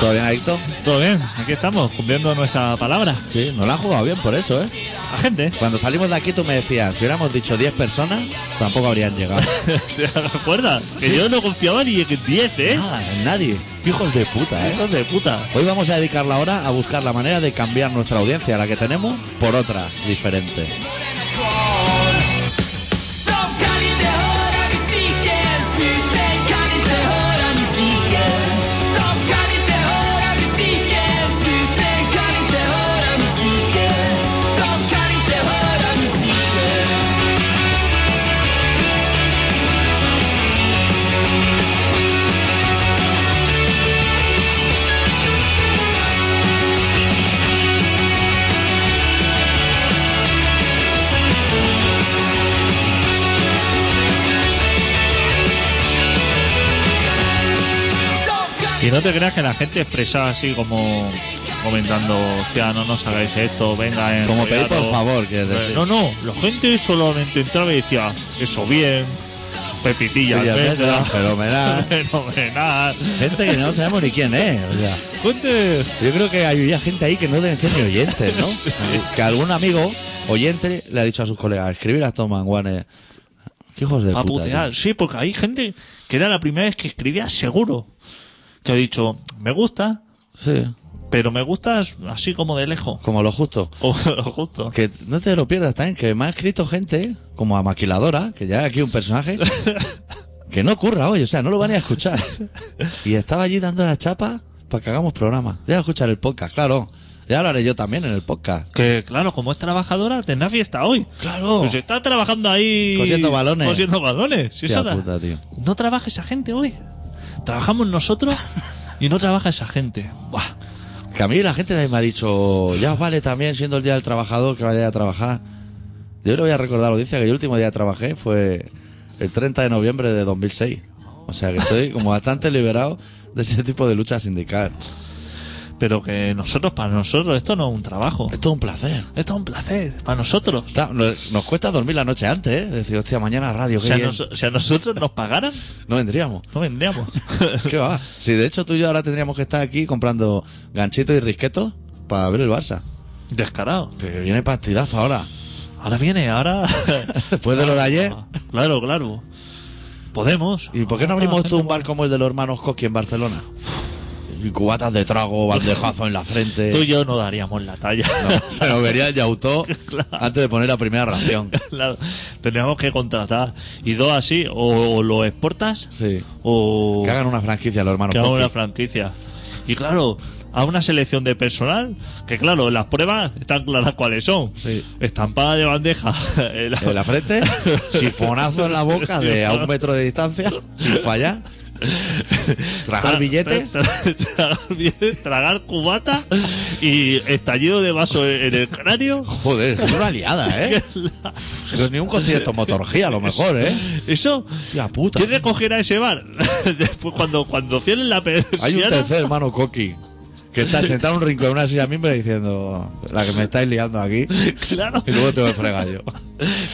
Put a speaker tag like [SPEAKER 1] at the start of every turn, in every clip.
[SPEAKER 1] ¿Todo bien, Adicto?
[SPEAKER 2] Todo bien, aquí estamos, cumpliendo nuestra palabra.
[SPEAKER 1] Sí, no la han jugado bien por eso, ¿eh?
[SPEAKER 2] La gente.
[SPEAKER 1] Cuando salimos de aquí tú me decías, si hubiéramos dicho 10 personas, tampoco habrían llegado.
[SPEAKER 2] ¿Te acuerdas? Que yo no confiaba ni en 10, ¿eh?
[SPEAKER 1] Nada, nadie. Hijos de puta, ¿eh?
[SPEAKER 2] Hijos de puta.
[SPEAKER 1] Hoy vamos a dedicar la hora a buscar la manera de cambiar nuestra audiencia, la que tenemos, por otra diferente.
[SPEAKER 2] Y no te creas que la gente expresaba así como comentando, hostia, no nos hagáis esto, venga, en
[SPEAKER 1] Como pedir por favor, quieres decir.
[SPEAKER 2] No, no, la gente solamente entraba y decía, eso bien, pepitilla,
[SPEAKER 1] Pepitilla, almendra, fenomenal.
[SPEAKER 2] fenomenal.
[SPEAKER 1] Gente que no sabemos ni quién es, o sea.
[SPEAKER 2] Gente,
[SPEAKER 1] Yo creo que hay ya gente ahí que no deben ser ni oyentes, ¿no? Que algún amigo oyente le ha dicho a sus colegas, escribir a estos manguanes. Qué hijos de
[SPEAKER 2] a
[SPEAKER 1] puta. tío.
[SPEAKER 2] putear, sí, porque hay gente que era la primera vez que escribía seguro, que ha dicho, me gusta,
[SPEAKER 1] Sí,
[SPEAKER 2] pero me gustas así como de lejos.
[SPEAKER 1] como lo justo.
[SPEAKER 2] Como de lo justo.
[SPEAKER 1] Que no te lo pierdas también, que me ha escrito gente, como a Maquiladora, que ya hay aquí un personaje, que no ocurra hoy, o sea, no lo van a, ir a escuchar. Y estaba allí dando la chapa para que hagamos programa. Ya a escuchar el podcast, claro. Ya lo haré yo también en el podcast.
[SPEAKER 2] Que claro, como es trabajadora, tendrá fiesta hoy.
[SPEAKER 1] Claro.
[SPEAKER 2] Pues está trabajando ahí.
[SPEAKER 1] Oh. Cosiendo balones.
[SPEAKER 2] Cosiendo balones. Si
[SPEAKER 1] Hostia
[SPEAKER 2] eso da-
[SPEAKER 1] puta, tío.
[SPEAKER 2] No trabaja esa gente hoy. Trabajamos nosotros y no trabaja esa gente. Buah.
[SPEAKER 1] Que a mí la gente de ahí me ha dicho, ya os vale también siendo el Día del Trabajador que vaya a trabajar. Yo le voy a recordar a la audiencia que el último día que trabajé fue el 30 de noviembre de 2006. O sea que estoy como bastante liberado de ese tipo de lucha sindical.
[SPEAKER 2] Pero que nosotros, para nosotros, esto no es un trabajo.
[SPEAKER 1] Esto es un placer.
[SPEAKER 2] Esto es un placer. Para nosotros.
[SPEAKER 1] Ta- Nos nos cuesta dormir la noche antes, ¿eh? Decir, hostia, mañana radio,
[SPEAKER 2] O
[SPEAKER 1] qué
[SPEAKER 2] sea,
[SPEAKER 1] bien.
[SPEAKER 2] nos- si a nosotros nos pagaran,
[SPEAKER 1] No vendríamos.
[SPEAKER 2] no vendríamos.
[SPEAKER 1] ¿Qué va? Si de hecho tú y yo ahora tendríamos que estar aquí comprando ganchitos y risquetos para ver el Barça.
[SPEAKER 2] Descarado.
[SPEAKER 1] Que viene partidazo ahora.
[SPEAKER 2] Ahora viene, ahora. Ah,
[SPEAKER 1] Después de lo de ayer.
[SPEAKER 2] Claro, claro. Podemos.
[SPEAKER 1] ¿Y por qué no abrimos tú un bar como el de los hermanos Koski en Barcelona? Y cubatas de trago, bandejazo en la frente.
[SPEAKER 2] Tú y yo no daríamos la talla.
[SPEAKER 1] Se lo vería el yautó
[SPEAKER 2] Claro.
[SPEAKER 1] antes de poner la primera ración.
[SPEAKER 2] Claro, tendríamos que contratar. Y dos así, o, lo exportas,
[SPEAKER 1] Sí.
[SPEAKER 2] o
[SPEAKER 1] Que hagan una franquicia los hermanos
[SPEAKER 2] que hagan
[SPEAKER 1] Koch.
[SPEAKER 2] una franquicia. Y claro, a una selección de personal, que claro, las pruebas están claras cuáles son.
[SPEAKER 1] Sí.
[SPEAKER 2] Estampada de bandeja. en la-
[SPEAKER 1] En la frente, sifonazo en la boca de a un metro de distancia, sin fallar. Tragar
[SPEAKER 2] tra-
[SPEAKER 1] billetes.
[SPEAKER 2] tra- tra- tragar, billetes, tragar cubata y estallido de vaso en en el cráneo.
[SPEAKER 1] Joder, es una liada, ¿eh? No es ni un concierto motorgía, a lo mejor, ¿eh?
[SPEAKER 2] Eso.
[SPEAKER 1] Tía puta.
[SPEAKER 2] ¿Quién recogerá ese bar? Después, cuando, cuando cierren la persiana,
[SPEAKER 1] Hay un tercer hermano Coqui que está sentado en un rincón en una silla mimbre diciendo la que me estáis liando aquí
[SPEAKER 2] Claro.
[SPEAKER 1] y luego te voy a fregar yo.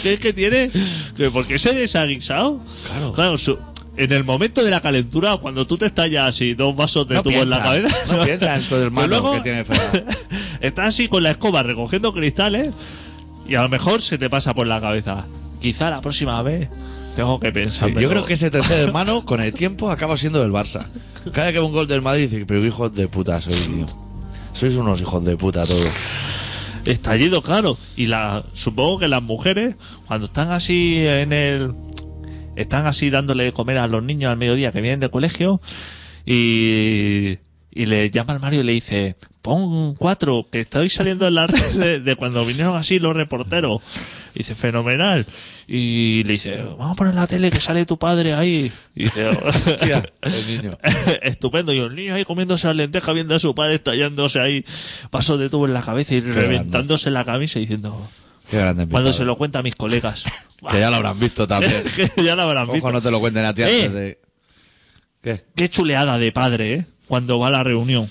[SPEAKER 2] que es que tiene que porque se desaguisado
[SPEAKER 1] Claro.
[SPEAKER 2] su- en el momento de la calentura cuando tú te estallas así dos vasos de
[SPEAKER 1] No
[SPEAKER 2] tubo en
[SPEAKER 1] piensa,
[SPEAKER 2] la cabeza
[SPEAKER 1] no piensa en tu hermano
[SPEAKER 2] Pero
[SPEAKER 1] que tiene fregado.
[SPEAKER 2] estás así con la escoba recogiendo cristales y a lo mejor se te pasa por la cabeza quizá la próxima vez tengo que pensar
[SPEAKER 1] yo
[SPEAKER 2] pero-
[SPEAKER 1] creo que ese tercer hermano con el tiempo acaba siendo del Barça. Cada vez que ve un gol del Madrid dice, pero hijos de puta sois, tío. Sois unos hijos de puta todos.
[SPEAKER 2] estallido claro y la supongo que las mujeres cuando están así en el están así dándole de comer a los niños al mediodía que vienen de colegio y y le llama al Mario y le dice pon cuatro que estoy saliendo en la red de, de cuando vinieron así los reporteros Y dice, fenomenal. Y le dice, vamos a poner la tele que sale tu padre ahí. Y dice,
[SPEAKER 1] Hostia, el niño.
[SPEAKER 2] estupendo. Y los niños ahí comiéndose las lentejas, viendo a su padre estallándose ahí, pasos de tubo en la cabeza y
[SPEAKER 1] grande.
[SPEAKER 2] reventándose la camisa y diciendo,
[SPEAKER 1] Qué grande es mi
[SPEAKER 2] cuando
[SPEAKER 1] padre.
[SPEAKER 2] se lo cuenta a mis colegas.
[SPEAKER 1] Que ya lo habrán visto también.
[SPEAKER 2] que ya lo habrán
[SPEAKER 1] Ojo,
[SPEAKER 2] visto.
[SPEAKER 1] no te lo cuenten a ti
[SPEAKER 2] Eh.
[SPEAKER 1] antes de. ¿Qué?
[SPEAKER 2] Qué chuleada de padre, ¿eh? Cuando va a la reunión.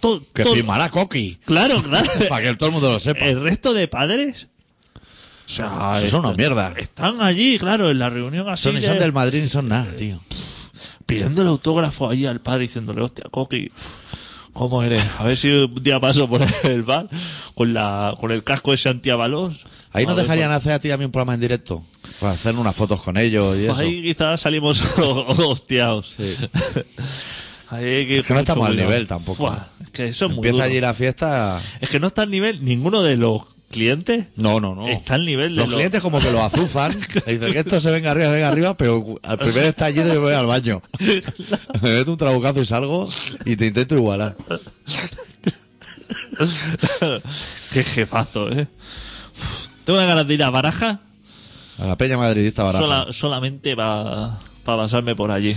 [SPEAKER 2] To-
[SPEAKER 1] Que
[SPEAKER 2] to-
[SPEAKER 1] firmará Coqui.
[SPEAKER 2] Claro, claro.
[SPEAKER 1] Para que todo el mundo lo sepa.
[SPEAKER 2] El resto de padres. O sea,
[SPEAKER 1] Eso es una mierda.
[SPEAKER 2] Están allí, claro, en la reunión así.
[SPEAKER 1] Son ni
[SPEAKER 2] de-
[SPEAKER 1] son del Madrid ni son nada, tío.
[SPEAKER 2] Pidiendo el autógrafo ahí al padre diciéndole, hostia, Coqui, ¿cómo eres? A ver si un día paso por el bar con, la, con el casco de Santiago Valós.
[SPEAKER 1] Ahí nos
[SPEAKER 2] A ver, pues,
[SPEAKER 1] dejarían hacer a ti y a mí un programa en directo. Para hacer unas fotos con ellos y eso.
[SPEAKER 2] pues, Ahí quizás salimos hostiados.
[SPEAKER 1] Sí.
[SPEAKER 2] Ahí hay que ir
[SPEAKER 1] que no
[SPEAKER 2] con
[SPEAKER 1] estamos
[SPEAKER 2] mucho
[SPEAKER 1] al
[SPEAKER 2] cuidado.
[SPEAKER 1] nivel tampoco.
[SPEAKER 2] Buah, es que eso es muy
[SPEAKER 1] Empieza
[SPEAKER 2] duro.
[SPEAKER 1] allí la fiesta.
[SPEAKER 2] Es que no está al nivel ninguno de los clientes.
[SPEAKER 1] No, no, no.
[SPEAKER 2] Está al nivel de
[SPEAKER 1] Los
[SPEAKER 2] los-
[SPEAKER 1] clientes como que lo azuzan. Le dicen que esto se venga arriba, se venga arriba, pero al primer estallido yo voy al baño. Me meto un trabucazo y salgo y te intento igualar.
[SPEAKER 2] Qué jefazo, ¿eh? Uf, tengo una ganas de ir a Baraja,
[SPEAKER 1] A la peña madridista baraja.
[SPEAKER 2] sola- solamente para pasarme por allí.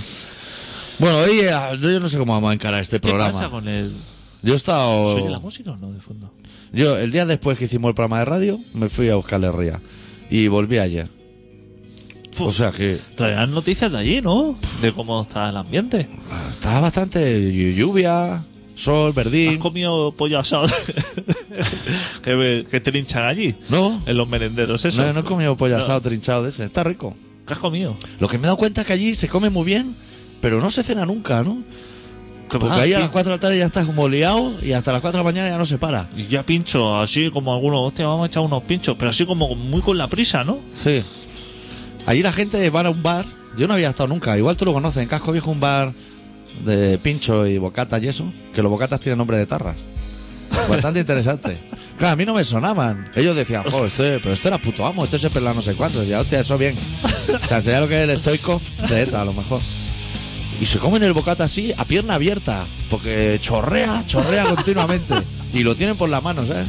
[SPEAKER 1] Bueno, hoy eh, yo no sé cómo vamos a encarar este
[SPEAKER 2] ¿Qué pasa
[SPEAKER 1] programa.
[SPEAKER 2] con el...
[SPEAKER 1] Yo he
[SPEAKER 2] ¿Se oye la
[SPEAKER 1] estado...
[SPEAKER 2] música o no de fondo?
[SPEAKER 1] Yo, el día después que hicimos el programa de radio, me fui a buscar la Ría. Y volví ayer. O sea que...
[SPEAKER 2] Traerán noticias de allí, ¿no? De cómo está el ambiente.
[SPEAKER 1] Estaba bastante llu- lluvia, sol,
[SPEAKER 2] ¿Has
[SPEAKER 1] verdín.
[SPEAKER 2] comido pollo asado? que, que te linchan allí,
[SPEAKER 1] No,
[SPEAKER 2] en los merenderos, eso.
[SPEAKER 1] no, no he comido pollo asado trinchado de ese. Está rico.
[SPEAKER 2] ¿Qué has comido?
[SPEAKER 1] Lo que me he dado cuenta es que allí se come muy bien, pero no se cena nunca, ¿no?
[SPEAKER 2] ¿Qué
[SPEAKER 1] Porque
[SPEAKER 2] más?
[SPEAKER 1] ahí a las
[SPEAKER 2] Pin-
[SPEAKER 1] 4 de la tarde ya estás como liado y hasta las 4 de la mañana ya no se para.
[SPEAKER 2] Y ya pincho, así como algunos, hostia, vamos a echar unos pinchos, pero así como muy con la prisa, ¿no?
[SPEAKER 1] Sí. Allí la gente va a un bar. Yo no había estado nunca. Igual tú lo conoces. En Casco Viejo un bar de pincho y bocatas y eso. Que los bocatas tienen nombre de tarras. Bastante interesante. Claro, a mí no me sonaban. Ellos decían, jo, este- pero este era puto amo, este se perla no sé cuánto. Ya, hostia, eso bien. O sea, sería lo que es el Stoikov de ETA, a lo mejor. Y se comen el bocata así, a pierna abierta. Porque chorrea, chorrea continuamente. Y lo tienen por la mano, ¿sabes?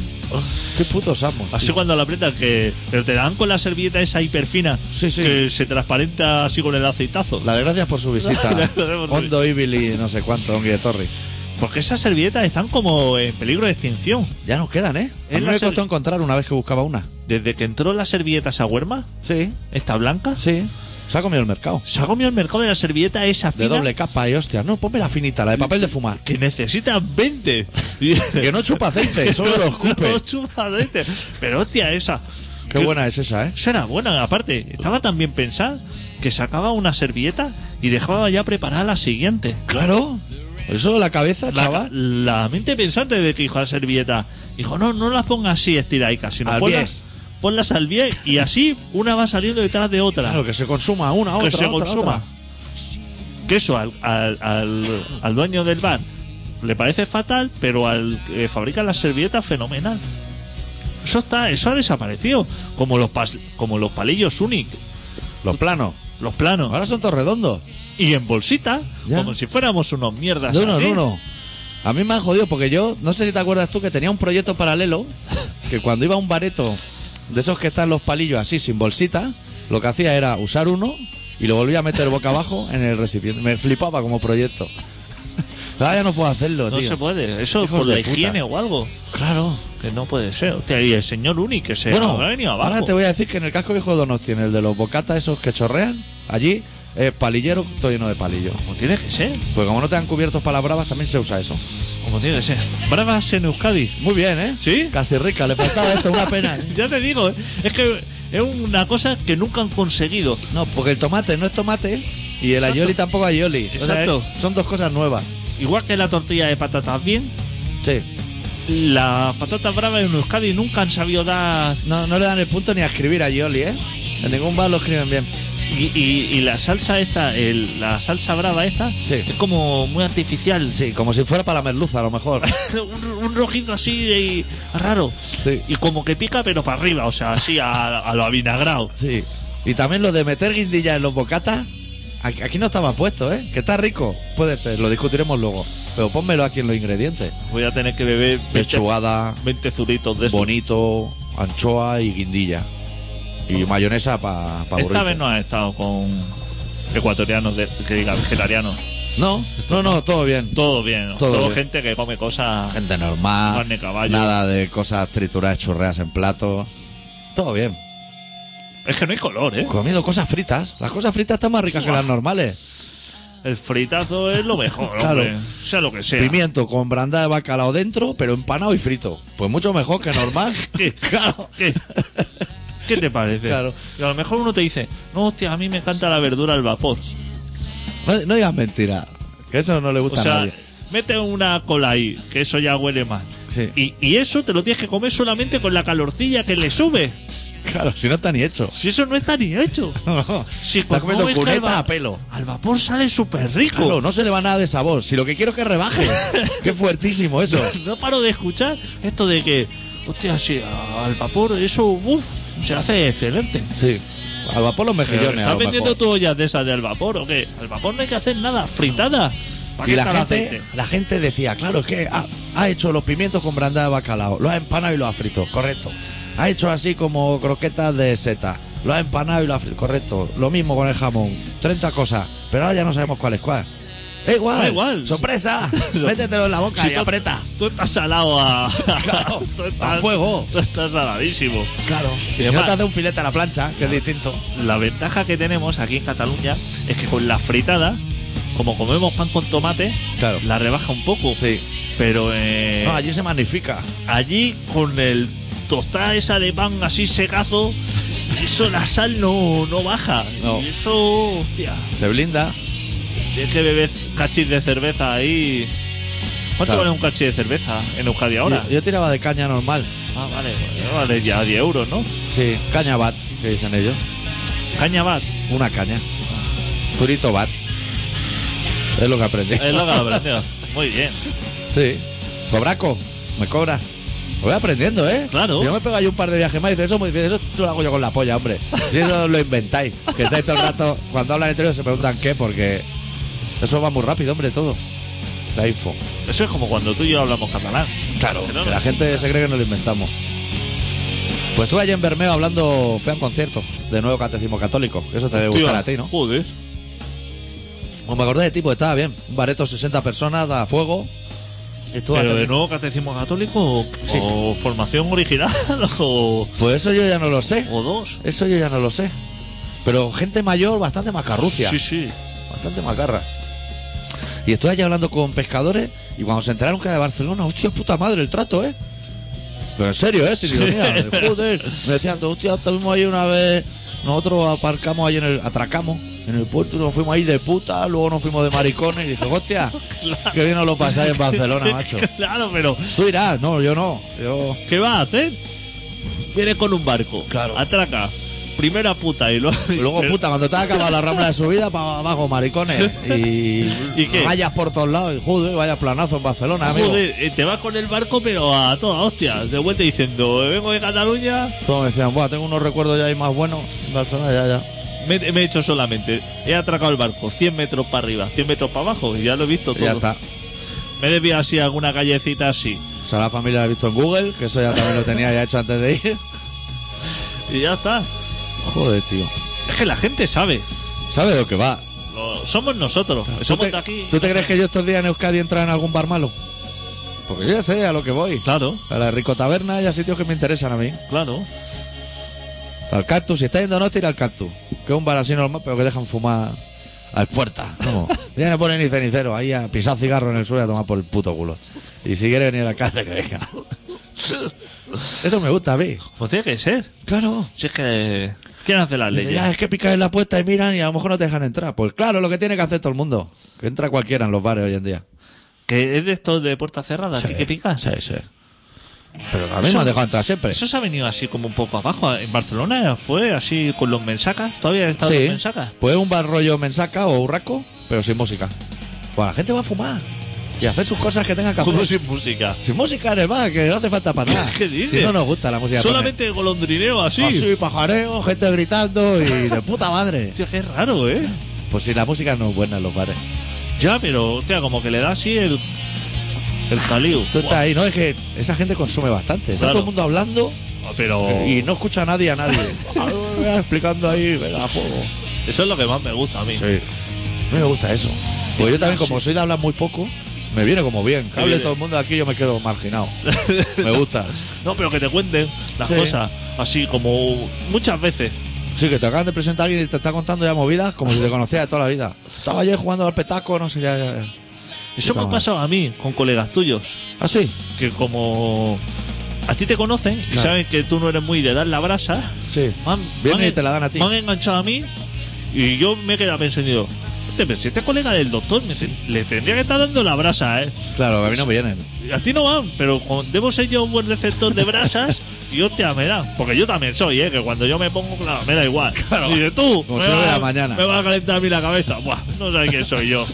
[SPEAKER 1] Qué putos amos. tío.
[SPEAKER 2] Así cuando la aprietas, que pero te dan con la servilleta esa hiperfina
[SPEAKER 1] Sí, sí.
[SPEAKER 2] que se transparenta así con el aceitazo.
[SPEAKER 1] La de gracias por su visita.
[SPEAKER 2] Gracias por su
[SPEAKER 1] Hondo Evil y no sé cuánto, Ongi de Torri.
[SPEAKER 2] Porque esas servilletas están como en peligro de extinción.
[SPEAKER 1] Ya nos quedan, ¿eh? A
[SPEAKER 2] Es
[SPEAKER 1] mí
[SPEAKER 2] la
[SPEAKER 1] me
[SPEAKER 2] ser-
[SPEAKER 1] costó encontrar una vez que buscaba una.
[SPEAKER 2] Desde que entró la servilleta esa huerma,
[SPEAKER 1] Sí,
[SPEAKER 2] esta blanca,
[SPEAKER 1] sí. Se ha comido el mercado.
[SPEAKER 2] se ha comido el mercado de la servilleta esa
[SPEAKER 1] De
[SPEAKER 2] fina
[SPEAKER 1] doble capa y hostia. No, ponme la finita, la de papel de fumar.
[SPEAKER 2] que necesita 20.
[SPEAKER 1] Que no chupa aceite, solo lo escupe.
[SPEAKER 2] No chupa aceite. Pero hostia, esa.
[SPEAKER 1] Qué buena es esa, ¿eh?
[SPEAKER 2] Esa era buena, aparte. Estaba tan bien pensada que sacaba una servilleta y dejaba ya preparada la siguiente.
[SPEAKER 1] Claro. Eso la cabeza,
[SPEAKER 2] La,
[SPEAKER 1] chaval.
[SPEAKER 2] la mente pensante de que dijo a la servilleta, dijo, no, no las pongas así estiraicas, sino
[SPEAKER 1] Al
[SPEAKER 2] ponlas, ponlas al bien y así una va saliendo detrás de otra.
[SPEAKER 1] Claro, que se consuma una, otra,
[SPEAKER 2] que se
[SPEAKER 1] otra,
[SPEAKER 2] consuma.
[SPEAKER 1] otra.
[SPEAKER 2] Que eso al, al, al- al dueño del bar le parece fatal, pero al que fabrica las servilletas, fenomenal. Eso está, eso ha desaparecido. Como los pas- como los palillos Unic,
[SPEAKER 1] Los planos.
[SPEAKER 2] los planos.
[SPEAKER 1] Ahora son todos redondos.
[SPEAKER 2] Y en bolsita,
[SPEAKER 1] Ya.
[SPEAKER 2] como si fuéramos unos mierdas.
[SPEAKER 1] De uno en
[SPEAKER 2] así.
[SPEAKER 1] uno. A mí me han jodido porque yo, no sé si te acuerdas tú, que tenía un proyecto paralelo que cuando iba a un bareto de esos que están los palillos así, sin bolsita, lo que hacía era usar uno y lo volvía a meter boca abajo en el recipiente. Me flipaba como proyecto. Ahora ya no puedo hacerlo,
[SPEAKER 2] No
[SPEAKER 1] tío.
[SPEAKER 2] se puede. Eso
[SPEAKER 1] Hijos
[SPEAKER 2] por
[SPEAKER 1] de
[SPEAKER 2] la
[SPEAKER 1] puta.
[SPEAKER 2] higiene o algo.
[SPEAKER 1] Claro.
[SPEAKER 2] Que no puede ser. Hostia, y el señor Uni que se
[SPEAKER 1] Bueno,
[SPEAKER 2] habrá venido abajo.
[SPEAKER 1] ahora te voy a decir que en el casco viejo de Donosti, en el de los bocatas esos que chorrean, allí es palillero todo lleno de palillos.
[SPEAKER 2] Como tiene que ser.
[SPEAKER 1] Pues como no te dan cubiertos para las bravas, también se usa eso.
[SPEAKER 2] Como tiene que ser. Bravas en Euskadi.
[SPEAKER 1] Muy bien, ¿eh?
[SPEAKER 2] ¿Sí?
[SPEAKER 1] Casi rica, le faltaba esto, una pena. ¿eh?
[SPEAKER 2] Ya te digo, eh, es que es una cosa que nunca han conseguido.
[SPEAKER 1] No, porque el tomate no es tomate y el
[SPEAKER 2] Exacto.
[SPEAKER 1] aioli tampoco aioli. O sea,
[SPEAKER 2] Exacto.
[SPEAKER 1] es- son dos cosas nuevas.
[SPEAKER 2] Igual que la tortilla de patatas bien,
[SPEAKER 1] Sí.
[SPEAKER 2] las patatas bravas en Euskadi nunca han sabido dar.
[SPEAKER 1] No, no le dan el punto ni a escribir aioli, ¿eh? En ningún bar lo escriben bien.
[SPEAKER 2] Y, y- y la salsa esta, el- la salsa brava esta,
[SPEAKER 1] Sí.
[SPEAKER 2] es como muy artificial.
[SPEAKER 1] Sí, como si fuera para la merluza, a lo mejor.
[SPEAKER 2] un, un rojizo así y raro.
[SPEAKER 1] Sí.
[SPEAKER 2] Y como que pica, pero para arriba, o sea, así a, a lo avinagrado.
[SPEAKER 1] Sí. Y también lo de meter guindilla en los bocatas. Aquí aquí no estaba puesto, ¿eh? Que está rico. Puede ser, lo discutiremos luego. Pero pónmelo aquí en los ingredientes.
[SPEAKER 2] Voy a tener que beber 20,
[SPEAKER 1] Lechuada,
[SPEAKER 2] 20 zuritos de eso.
[SPEAKER 1] bonito, anchoa y guindilla. Y mayonesa para pa
[SPEAKER 2] Esta
[SPEAKER 1] burrito.
[SPEAKER 2] vez no has estado con ecuatorianos, de- que diga vegetarianos.
[SPEAKER 1] No, no, no, todo bien.
[SPEAKER 2] Todo bien. ¿no?
[SPEAKER 1] Todo
[SPEAKER 2] Todo,
[SPEAKER 1] bien.
[SPEAKER 2] gente que come cosas.
[SPEAKER 1] Gente normal.
[SPEAKER 2] Carne, caballo.
[SPEAKER 1] Nada de cosas trituradas, churreas en plato. Todo bien.
[SPEAKER 2] Es que no hay color, ¿eh?
[SPEAKER 1] Comido cosas fritas. Las cosas fritas están más ricas que las normales.
[SPEAKER 2] El fritazo es lo mejor,
[SPEAKER 1] Claro.
[SPEAKER 2] hombre. Sea lo que sea.
[SPEAKER 1] Pimiento con branda de bacalao dentro, pero empanado y frito. Pues mucho mejor que normal.
[SPEAKER 2] ¿Qué?
[SPEAKER 1] claro.
[SPEAKER 2] ¿Qué? ¿Qué te parece?
[SPEAKER 1] Claro.
[SPEAKER 2] Y a lo mejor uno te dice, no, hostia, a mí me encanta la verdura al vapor.
[SPEAKER 1] No, no digas mentira. Que eso no le
[SPEAKER 2] O
[SPEAKER 1] gusta a
[SPEAKER 2] sea,
[SPEAKER 1] nadie.
[SPEAKER 2] mete una cola ahí, que eso ya huele mal.
[SPEAKER 1] Sí.
[SPEAKER 2] Y, y eso te lo tienes que comer solamente con la calorcilla que le sube.
[SPEAKER 1] Claro, si no está ni hecho.
[SPEAKER 2] Si eso no está ni hecho. Si
[SPEAKER 1] está
[SPEAKER 2] como
[SPEAKER 1] comiendo
[SPEAKER 2] es que al
[SPEAKER 1] cunetas
[SPEAKER 2] va-
[SPEAKER 1] a pelo.
[SPEAKER 2] Al vapor sale súper rico.
[SPEAKER 1] Claro, no se le va nada de sabor. Si lo que quiero es que rebaje. Qué fuertísimo eso.
[SPEAKER 2] No paro de escuchar esto de que, hostia, si al vapor eso, uff, se hace excelente.
[SPEAKER 1] Sí. Al vapor los
[SPEAKER 2] Pero,
[SPEAKER 1] mejillones. a
[SPEAKER 2] ¿Estás
[SPEAKER 1] lo mejor.
[SPEAKER 2] vendiendo tú ollas de esas de al vapor o qué? Al vapor no hay que hacer nada, fritada. ¿Para
[SPEAKER 1] Y
[SPEAKER 2] qué
[SPEAKER 1] la
[SPEAKER 2] está el
[SPEAKER 1] gente,
[SPEAKER 2] aceite?
[SPEAKER 1] la gente decía, claro, es que ha, ha hecho los pimientos con brandada de bacalao, lo ha empanado y lo ha frito, correcto. Ha hecho así como croquetas de seta, lo ha empanado y lo ha frito, correcto. Lo mismo con el jamón, 30 cosas, pero ahora ya no sabemos cuál es cuál. ¡Eh, igual!
[SPEAKER 2] Da igual.
[SPEAKER 1] ¡Sorpresa! Métetelo en la boca
[SPEAKER 2] Si
[SPEAKER 1] y
[SPEAKER 2] tú-
[SPEAKER 1] aprieta.
[SPEAKER 2] Tú estás salado a,
[SPEAKER 1] Claro,
[SPEAKER 2] tú
[SPEAKER 1] a fuego.
[SPEAKER 2] Tú estás saladísimo.
[SPEAKER 1] Claro. Y si
[SPEAKER 2] además-
[SPEAKER 1] no te hace un filete a la plancha, que es distinto.
[SPEAKER 2] La ventaja que tenemos aquí en Cataluña es que con la fritada, como comemos pan con tomate,
[SPEAKER 1] Claro.
[SPEAKER 2] la rebaja un poco.
[SPEAKER 1] Sí.
[SPEAKER 2] Pero eh,
[SPEAKER 1] No, allí se magnifica.
[SPEAKER 2] allí con el tostada esa de pan así secazo, eso la sal no, no baja.
[SPEAKER 1] No.
[SPEAKER 2] Y eso, hostia.
[SPEAKER 1] Se blinda.
[SPEAKER 2] Tienes que beber cachis de cerveza ahí. ¿Cuánto
[SPEAKER 1] Claro.
[SPEAKER 2] vale un cachis de cerveza en Euskadi ahora?
[SPEAKER 1] Yo, yo tiraba de caña normal.
[SPEAKER 2] Ah, vale, pues vale ya 10 euros, ¿no?
[SPEAKER 1] Sí, caña bat, que dicen ellos.
[SPEAKER 2] Caña bat,
[SPEAKER 1] Una caña. Zurito bat. Es lo que aprendí.
[SPEAKER 2] es lo que aprendido. Muy bien.
[SPEAKER 1] Sí. Cobraco, me cobra. Lo voy aprendiendo, ¿eh?
[SPEAKER 2] Claro.
[SPEAKER 1] Yo me pego ahí un par de viajes más y dices, eso es muy difícil. Eso lo hago yo con la polla, hombre. Si eso lo inventáis. Que estáis todo el rato, cuando hablan entre ellos se preguntan qué, porque eso va muy rápido, hombre, todo. La info.
[SPEAKER 2] Eso es como cuando tú y yo hablamos catalán.
[SPEAKER 1] Claro.
[SPEAKER 2] Que no,
[SPEAKER 1] Que la
[SPEAKER 2] no.
[SPEAKER 1] gente se cree que no lo inventamos. Pues estuve allí en Bermeo hablando, fue a un concierto de Nuevo Catecismo Católico. Eso te debe gustar
[SPEAKER 2] Tío,
[SPEAKER 1] a ti, ¿no?
[SPEAKER 2] Joder.
[SPEAKER 1] Pues me acordé de tipo, estaba bien. Un bareto 60 personas, da fuego. Estuvo
[SPEAKER 2] Pero
[SPEAKER 1] bastante-
[SPEAKER 2] de nuevo catecismo católico o, o formación original o,
[SPEAKER 1] Pues eso yo ya no lo sé.
[SPEAKER 2] o dos.
[SPEAKER 1] Eso yo ya no lo sé. Pero gente mayor, bastante macarrucia.
[SPEAKER 2] Sí, sí.
[SPEAKER 1] Bastante macarra. Y estuve allí hablando con pescadores y cuando se enteraron que era de Barcelona, hostia puta madre el trato, ¿eh? Pero en serio, ¿eh? Sin ironía, de joder. Me decían, hostia, estuvimos ahí una vez, nosotros aparcamos ahí en el, atracamos en el puerto, y nos fuimos ahí de puta, luego nos fuimos de maricones y dije, hostia, que bien os lo pasáis en Barcelona, macho.
[SPEAKER 2] claro, pero
[SPEAKER 1] Tú dirás, no, yo no. Yo.
[SPEAKER 2] ¿qué vas a hacer? Viene con un barco.
[SPEAKER 1] Claro.
[SPEAKER 2] Atraca. Primera puta y luego.
[SPEAKER 1] Luego,
[SPEAKER 2] pero-
[SPEAKER 1] puta, cuando te has acabado la rambla de subida, para abajo, maricones. Y,
[SPEAKER 2] ¿Y qué?
[SPEAKER 1] vayas por todos lados. Y joder, vaya planazo en Barcelona, amigo.
[SPEAKER 2] Joder, eh, te vas con el barco, pero a toda hostia. De vuelta diciendo, "Eh, vengo de Cataluña,
[SPEAKER 1] Todos me decían, Buah, tengo unos recuerdos ya ahí más buenos. En Barcelona, ya, ya.
[SPEAKER 2] me, me he hecho solamente. He atracado el barco 100 metros para arriba, 100 metros para abajo, y ya lo he visto todo.
[SPEAKER 1] Ya está.
[SPEAKER 2] Me he desviado así a alguna callecita así,
[SPEAKER 1] O sea, la familia la he visto en Google, que eso ya también lo tenía ya hecho antes de ir.
[SPEAKER 2] y ya está.
[SPEAKER 1] Joder, tío.
[SPEAKER 2] Es que la gente sabe.
[SPEAKER 1] ¿Sabes de lo que va?
[SPEAKER 2] Lo- somos nosotros, que
[SPEAKER 1] ¿Tú
[SPEAKER 2] somos
[SPEAKER 1] te,
[SPEAKER 2] de aquí.
[SPEAKER 1] ¿Tú te crees que yo estos días en Euskadi entra en algún bar malo? Porque yo ya sé a lo que voy.
[SPEAKER 2] Claro,
[SPEAKER 1] A la Rico Taberna y a sitios que me interesan a mí.
[SPEAKER 2] claro.
[SPEAKER 1] Al cactus, si estás yendo norte, ir al cactus. Que es un bar así normal, pero que dejan fumar al puerta. Vamos. Ya no ponen ni cenicero, ahí a pisar cigarro en el suelo y a tomar por el puto culo. Y si quieres venir a la casa, que venga. Eso me gusta a mí.
[SPEAKER 2] Pues tiene que ser.
[SPEAKER 1] Claro.
[SPEAKER 2] Si es que. ¿Quién hace las
[SPEAKER 1] Dice, ya,
[SPEAKER 2] leyes?
[SPEAKER 1] es que picas en la puerta y miran y a lo mejor no te dejan entrar. Pues claro, lo que tiene que hacer todo el mundo. Que entra cualquiera en los bares hoy en día.
[SPEAKER 2] Que es de estos de puertas cerradas, así que picas.
[SPEAKER 1] Sí, sí. Pero a mí me han dejado entrar siempre.
[SPEAKER 2] Eso se ha venido así como un poco abajo. En Barcelona fue así con los mensacas. ¿Todavía han estado los
[SPEAKER 1] Sí.
[SPEAKER 2] mensacas?
[SPEAKER 1] Pues un bar rollo mensaca o urraco, pero sin música. Pues la gente va a fumar y a hacer sus cosas que tengan que hacer.
[SPEAKER 2] Como sin música.
[SPEAKER 1] Sin música en el bar, que no hace falta para nada.
[SPEAKER 2] ¿Qué dices?
[SPEAKER 1] Si no nos gusta la música. pues
[SPEAKER 2] Solamente golondrineo así.
[SPEAKER 1] poner Así, pajareo, gente gritando y de puta madre.
[SPEAKER 2] Hostia, qué raro, ¿eh?
[SPEAKER 1] Pues si la música no es buena en los bares.
[SPEAKER 2] Ya, pero, hostia, como que le da así el. El jalío.
[SPEAKER 1] Tú estás ahí, ¿no? Es que esa gente consume bastante. Está
[SPEAKER 2] Claro. Oh.
[SPEAKER 1] todo el mundo hablando
[SPEAKER 2] Buah, Pero.
[SPEAKER 1] y no escucha a nadie a nadie. venga, explicando ahí, venga, a fuego.
[SPEAKER 2] Eso es lo que más me gusta a mí.
[SPEAKER 1] Sí. A mí me gusta eso. Porque yo también, como soy de hablar muy poco, me viene como bien. Que hable
[SPEAKER 2] viene.
[SPEAKER 1] todo el mundo aquí, yo me quedo marginado. Me gusta.
[SPEAKER 2] No, pero que te cuenten las
[SPEAKER 1] Sí.
[SPEAKER 2] cosas así como muchas veces.
[SPEAKER 1] Sí, que te acaban de presentar a alguien y te está contando ya movidas como si te conocía de toda la vida. Estaba ayer jugando al petaco, no sé, ya. ya- ya.
[SPEAKER 2] Eso me
[SPEAKER 1] Puta
[SPEAKER 2] ha
[SPEAKER 1] madre.
[SPEAKER 2] pasado a mí con colegas tuyos.
[SPEAKER 1] Ah, sí.
[SPEAKER 2] Que como a ti te conocen y
[SPEAKER 1] Claro.
[SPEAKER 2] saben que tú no eres muy de dar la brasa,
[SPEAKER 1] Sí.
[SPEAKER 2] me han-
[SPEAKER 1] Vienen
[SPEAKER 2] me han-
[SPEAKER 1] y te la dan a ti.
[SPEAKER 2] Me han enganchado a mí y yo me he quedado pensando. digo, "Hostia, Pero si este es colega del doctor, me se- le tendría que estar dando la brasa, ¿eh?
[SPEAKER 1] Claro, a mí no me vienen.
[SPEAKER 2] A ti no van, pero con- debo ser yo un buen receptor de brasas y hostia, me da. Porque yo también soy, ¿eh? Que cuando yo me pongo, claro, me da igual. Y de tú,
[SPEAKER 1] Como
[SPEAKER 2] me
[SPEAKER 1] si no
[SPEAKER 2] va-
[SPEAKER 1] hubiera mañana.
[SPEAKER 2] me va a calentar a mí la cabeza. Buah, no sé quién soy yo.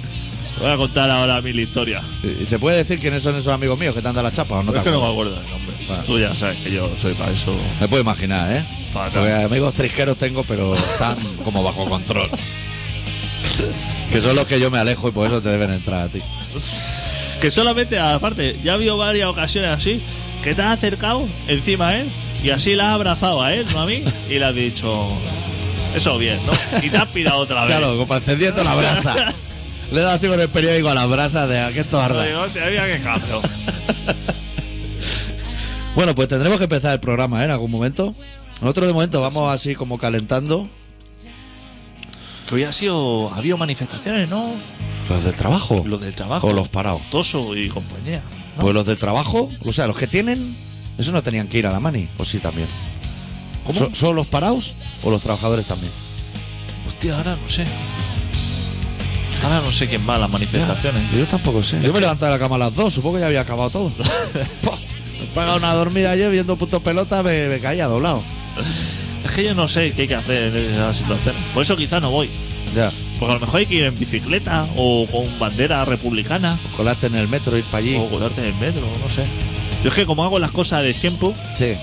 [SPEAKER 2] Voy a contar ahora mil historias.
[SPEAKER 1] ¿Y se puede decir quiénes son esos amigos míos que te han dado la chapa o no?
[SPEAKER 2] es
[SPEAKER 1] te
[SPEAKER 2] que no me
[SPEAKER 1] acuerdas?
[SPEAKER 2] acuerdo del nombre.
[SPEAKER 1] Vale.
[SPEAKER 2] Tú ya sabes que yo soy para eso.
[SPEAKER 1] Me puedo imaginar, ¿eh?
[SPEAKER 2] Fatal.
[SPEAKER 1] Porque amigos trisqueros tengo, pero están como bajo control. que son los que yo me alejo y por eso te deben entrar a ti.
[SPEAKER 2] Que solamente, aparte, ya ha habido varias ocasiones así que te has acercado encima a él y así la has abrazado a él, no a mí, y le has dicho. Eso bien, ¿no? Y te has pirado otra vez.
[SPEAKER 1] Claro, como pues, encendiendo la brasa. Le he dado así con el periódico a las brasas de "Ah, a que esto arda.
[SPEAKER 2] Digo, "Hostia, mira qué cabrón".
[SPEAKER 1] Bueno, pues tendremos que empezar el programa ¿eh? en algún momento. Nosotros de momento vamos así como calentando.
[SPEAKER 2] Que hoy ha sido. Ha habido manifestaciones, ¿no?
[SPEAKER 1] ¿Los del trabajo?
[SPEAKER 2] Los del trabajo.
[SPEAKER 1] O los parados.
[SPEAKER 2] Toso y compañía. ¿no?
[SPEAKER 1] Pues los del trabajo, o sea, los que tienen, eso no tenían que ir a la mani, o sí también.
[SPEAKER 2] ¿Cómo?
[SPEAKER 1] So- ¿Son los parados o los trabajadores también?
[SPEAKER 2] Hostia, ahora no sé. Ahora no sé quién va a las manifestaciones.
[SPEAKER 1] Yo tampoco sé. Yo me levanté de la cama a las dos, supongo que ya había acabado todo. Buah, me he pagado una dormida ayer viendo puto pelota, me, me caía doblado.
[SPEAKER 2] Es que yo no sé qué hay que hacer en esa situación. Por eso quizá no voy.
[SPEAKER 1] Ya,
[SPEAKER 2] Porque a lo mejor hay que ir en bicicleta o con bandera republicana
[SPEAKER 1] pues colaste en el metro, ir para allí.
[SPEAKER 2] o colarte en el metro, no sé. Yo es que como hago las cosas de tiempo
[SPEAKER 1] Sí,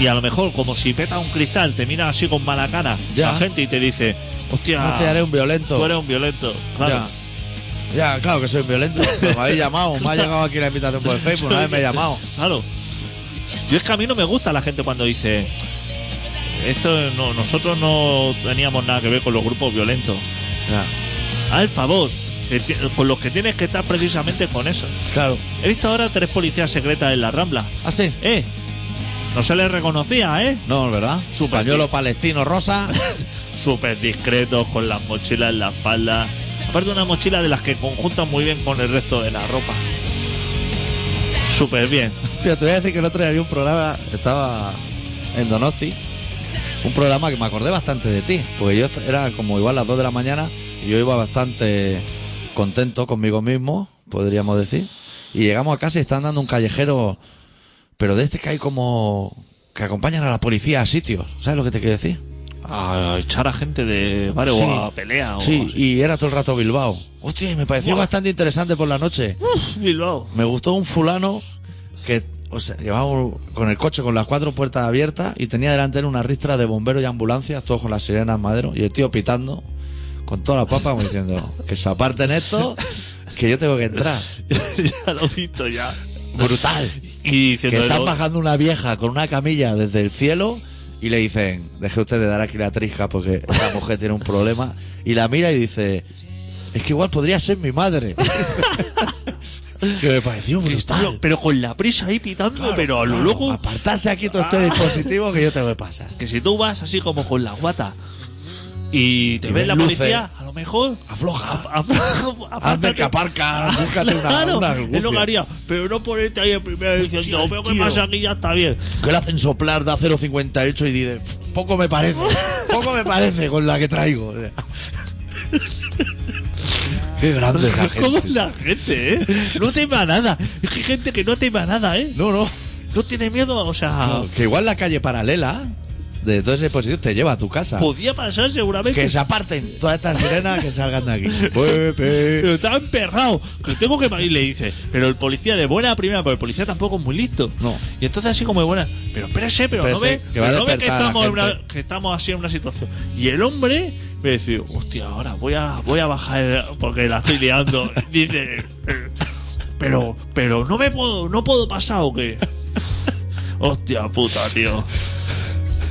[SPEAKER 2] y a lo mejor como si peta un cristal te mira así con mala cara
[SPEAKER 1] Ya.
[SPEAKER 2] la gente y te dice, hostia,
[SPEAKER 1] no te daré un violento.
[SPEAKER 2] tú eres un violento. Claro.
[SPEAKER 1] Ya. Ya, claro que soy un violento. pero Me habéis llamado, me ha llegado aquí la invitación por el Facebook, una vez me ha llamado.
[SPEAKER 2] Claro. Yo es que a mí no me gusta la gente cuando dice esto no, nosotros no teníamos nada que ver con los grupos violentos.
[SPEAKER 1] Ya,
[SPEAKER 2] Al favor, que ti- con los que tienes que estar precisamente con eso.
[SPEAKER 1] claro.
[SPEAKER 2] He visto ahora tres policías secretas en la Rambla.
[SPEAKER 1] ¿Ah, sí?
[SPEAKER 2] Eh, no se les reconocía, eh.
[SPEAKER 1] No, ¿verdad? Su
[SPEAKER 2] Súper
[SPEAKER 1] pañuelo palestino rosa.
[SPEAKER 2] Súper discretos, con las mochilas en la espalda. Aparte una mochila de las que conjuntan muy bien con el resto de la ropa. Súper bien.
[SPEAKER 1] Hostia, te voy a decir que el otro día había un programa, estaba en Donosti, un programa que me acordé bastante de ti, porque yo est- era como igual las 2 de la mañana y yo iba bastante contento conmigo mismo, podríamos decir, y llegamos a casa y están dando un callejero, pero de este que hay como que acompañan a la policía a sitios, ¿sabes lo que te quiero decir?
[SPEAKER 2] A echar a gente de bares
[SPEAKER 1] Sí.
[SPEAKER 2] o a pelea o
[SPEAKER 1] sí,
[SPEAKER 2] así.
[SPEAKER 1] y era todo el rato Bilbao. Hostia, y me pareció
[SPEAKER 2] Buah.
[SPEAKER 1] bastante interesante por la noche.
[SPEAKER 2] Uf, Bilbao.
[SPEAKER 1] Me gustó un fulano que, o sea, llevaba un- con el coche con las cuatro puertas abiertas y tenía delante él una ristra de bomberos y ambulancias, todos con las sirenas en madero, y el tío pitando con toda la papa como diciendo que se aparten esto, que yo tengo que entrar.
[SPEAKER 2] ya lo he visto ya.
[SPEAKER 1] Brutal.
[SPEAKER 2] Y
[SPEAKER 1] Que
[SPEAKER 2] diciendo
[SPEAKER 1] están
[SPEAKER 2] "Lo-
[SPEAKER 1] bajando una vieja con una camilla desde el cielo y le dicen, deje usted de dar aquí la trisca porque la mujer tiene un problema. Y la mira y dice, es que igual podría ser mi madre. que me pareció brutal.
[SPEAKER 2] Pero, pero con la prisa ahí pitando,
[SPEAKER 1] Claro,
[SPEAKER 2] pero a lo
[SPEAKER 1] claro.
[SPEAKER 2] loco.
[SPEAKER 1] Apartarse aquí todo este
[SPEAKER 2] Ah.
[SPEAKER 1] dispositivo que yo tengo que pasar.
[SPEAKER 2] Que si tú vas así como con la guata y te
[SPEAKER 1] Y
[SPEAKER 2] ves
[SPEAKER 1] ves
[SPEAKER 2] la
[SPEAKER 1] luces.
[SPEAKER 2] policía, a lo mejor.
[SPEAKER 1] Afloja. Hazme
[SPEAKER 2] Hazme
[SPEAKER 1] que aparca, búscate una-
[SPEAKER 2] Ah, Claro,
[SPEAKER 1] una
[SPEAKER 2] es lo que
[SPEAKER 1] angustia.
[SPEAKER 2] haría. Pero no ponerte ahí en primera diciendo,
[SPEAKER 1] Hostia,
[SPEAKER 2] pero qué
[SPEAKER 1] tío.
[SPEAKER 2] pasa aquí, ya está bien.
[SPEAKER 1] Que le hacen soplar, da 0,58 y dice, "Pf, poco me parece, poco me parece con la que traigo. Qué grande esa
[SPEAKER 2] ¿Cómo
[SPEAKER 1] gente.
[SPEAKER 2] es la gente, eh? No teme a nada. Es que hay gente que no teme a nada, eh.
[SPEAKER 1] No, no.
[SPEAKER 2] No tiene miedo, o sea.
[SPEAKER 1] Que igual la calle paralela de todo ese dispositivo te lleva a tu casa.
[SPEAKER 2] Podía pasar seguramente.
[SPEAKER 1] Que se aparten todas estas sirenas que salgan de aquí. Pepe.
[SPEAKER 2] Pero estaba emperrado. Que tengo que pagar. Y le dice. Pero el policía de buena primera, porque el policía tampoco es muy listo.
[SPEAKER 1] No.
[SPEAKER 2] Y entonces así como de buena. Pero espérese, pero no
[SPEAKER 1] Espérese,
[SPEAKER 2] ve
[SPEAKER 1] que va a
[SPEAKER 2] pero no ve que
[SPEAKER 1] despertar a la
[SPEAKER 2] estamos, en
[SPEAKER 1] gente.
[SPEAKER 2] una- que estamos así en una situación. Y el hombre me dice, hostia, ahora voy a, voy a bajar el- porque la estoy liando. dice, eh, pero, pero no me puedo, no puedo pasar o qué. Hostia puta, tío.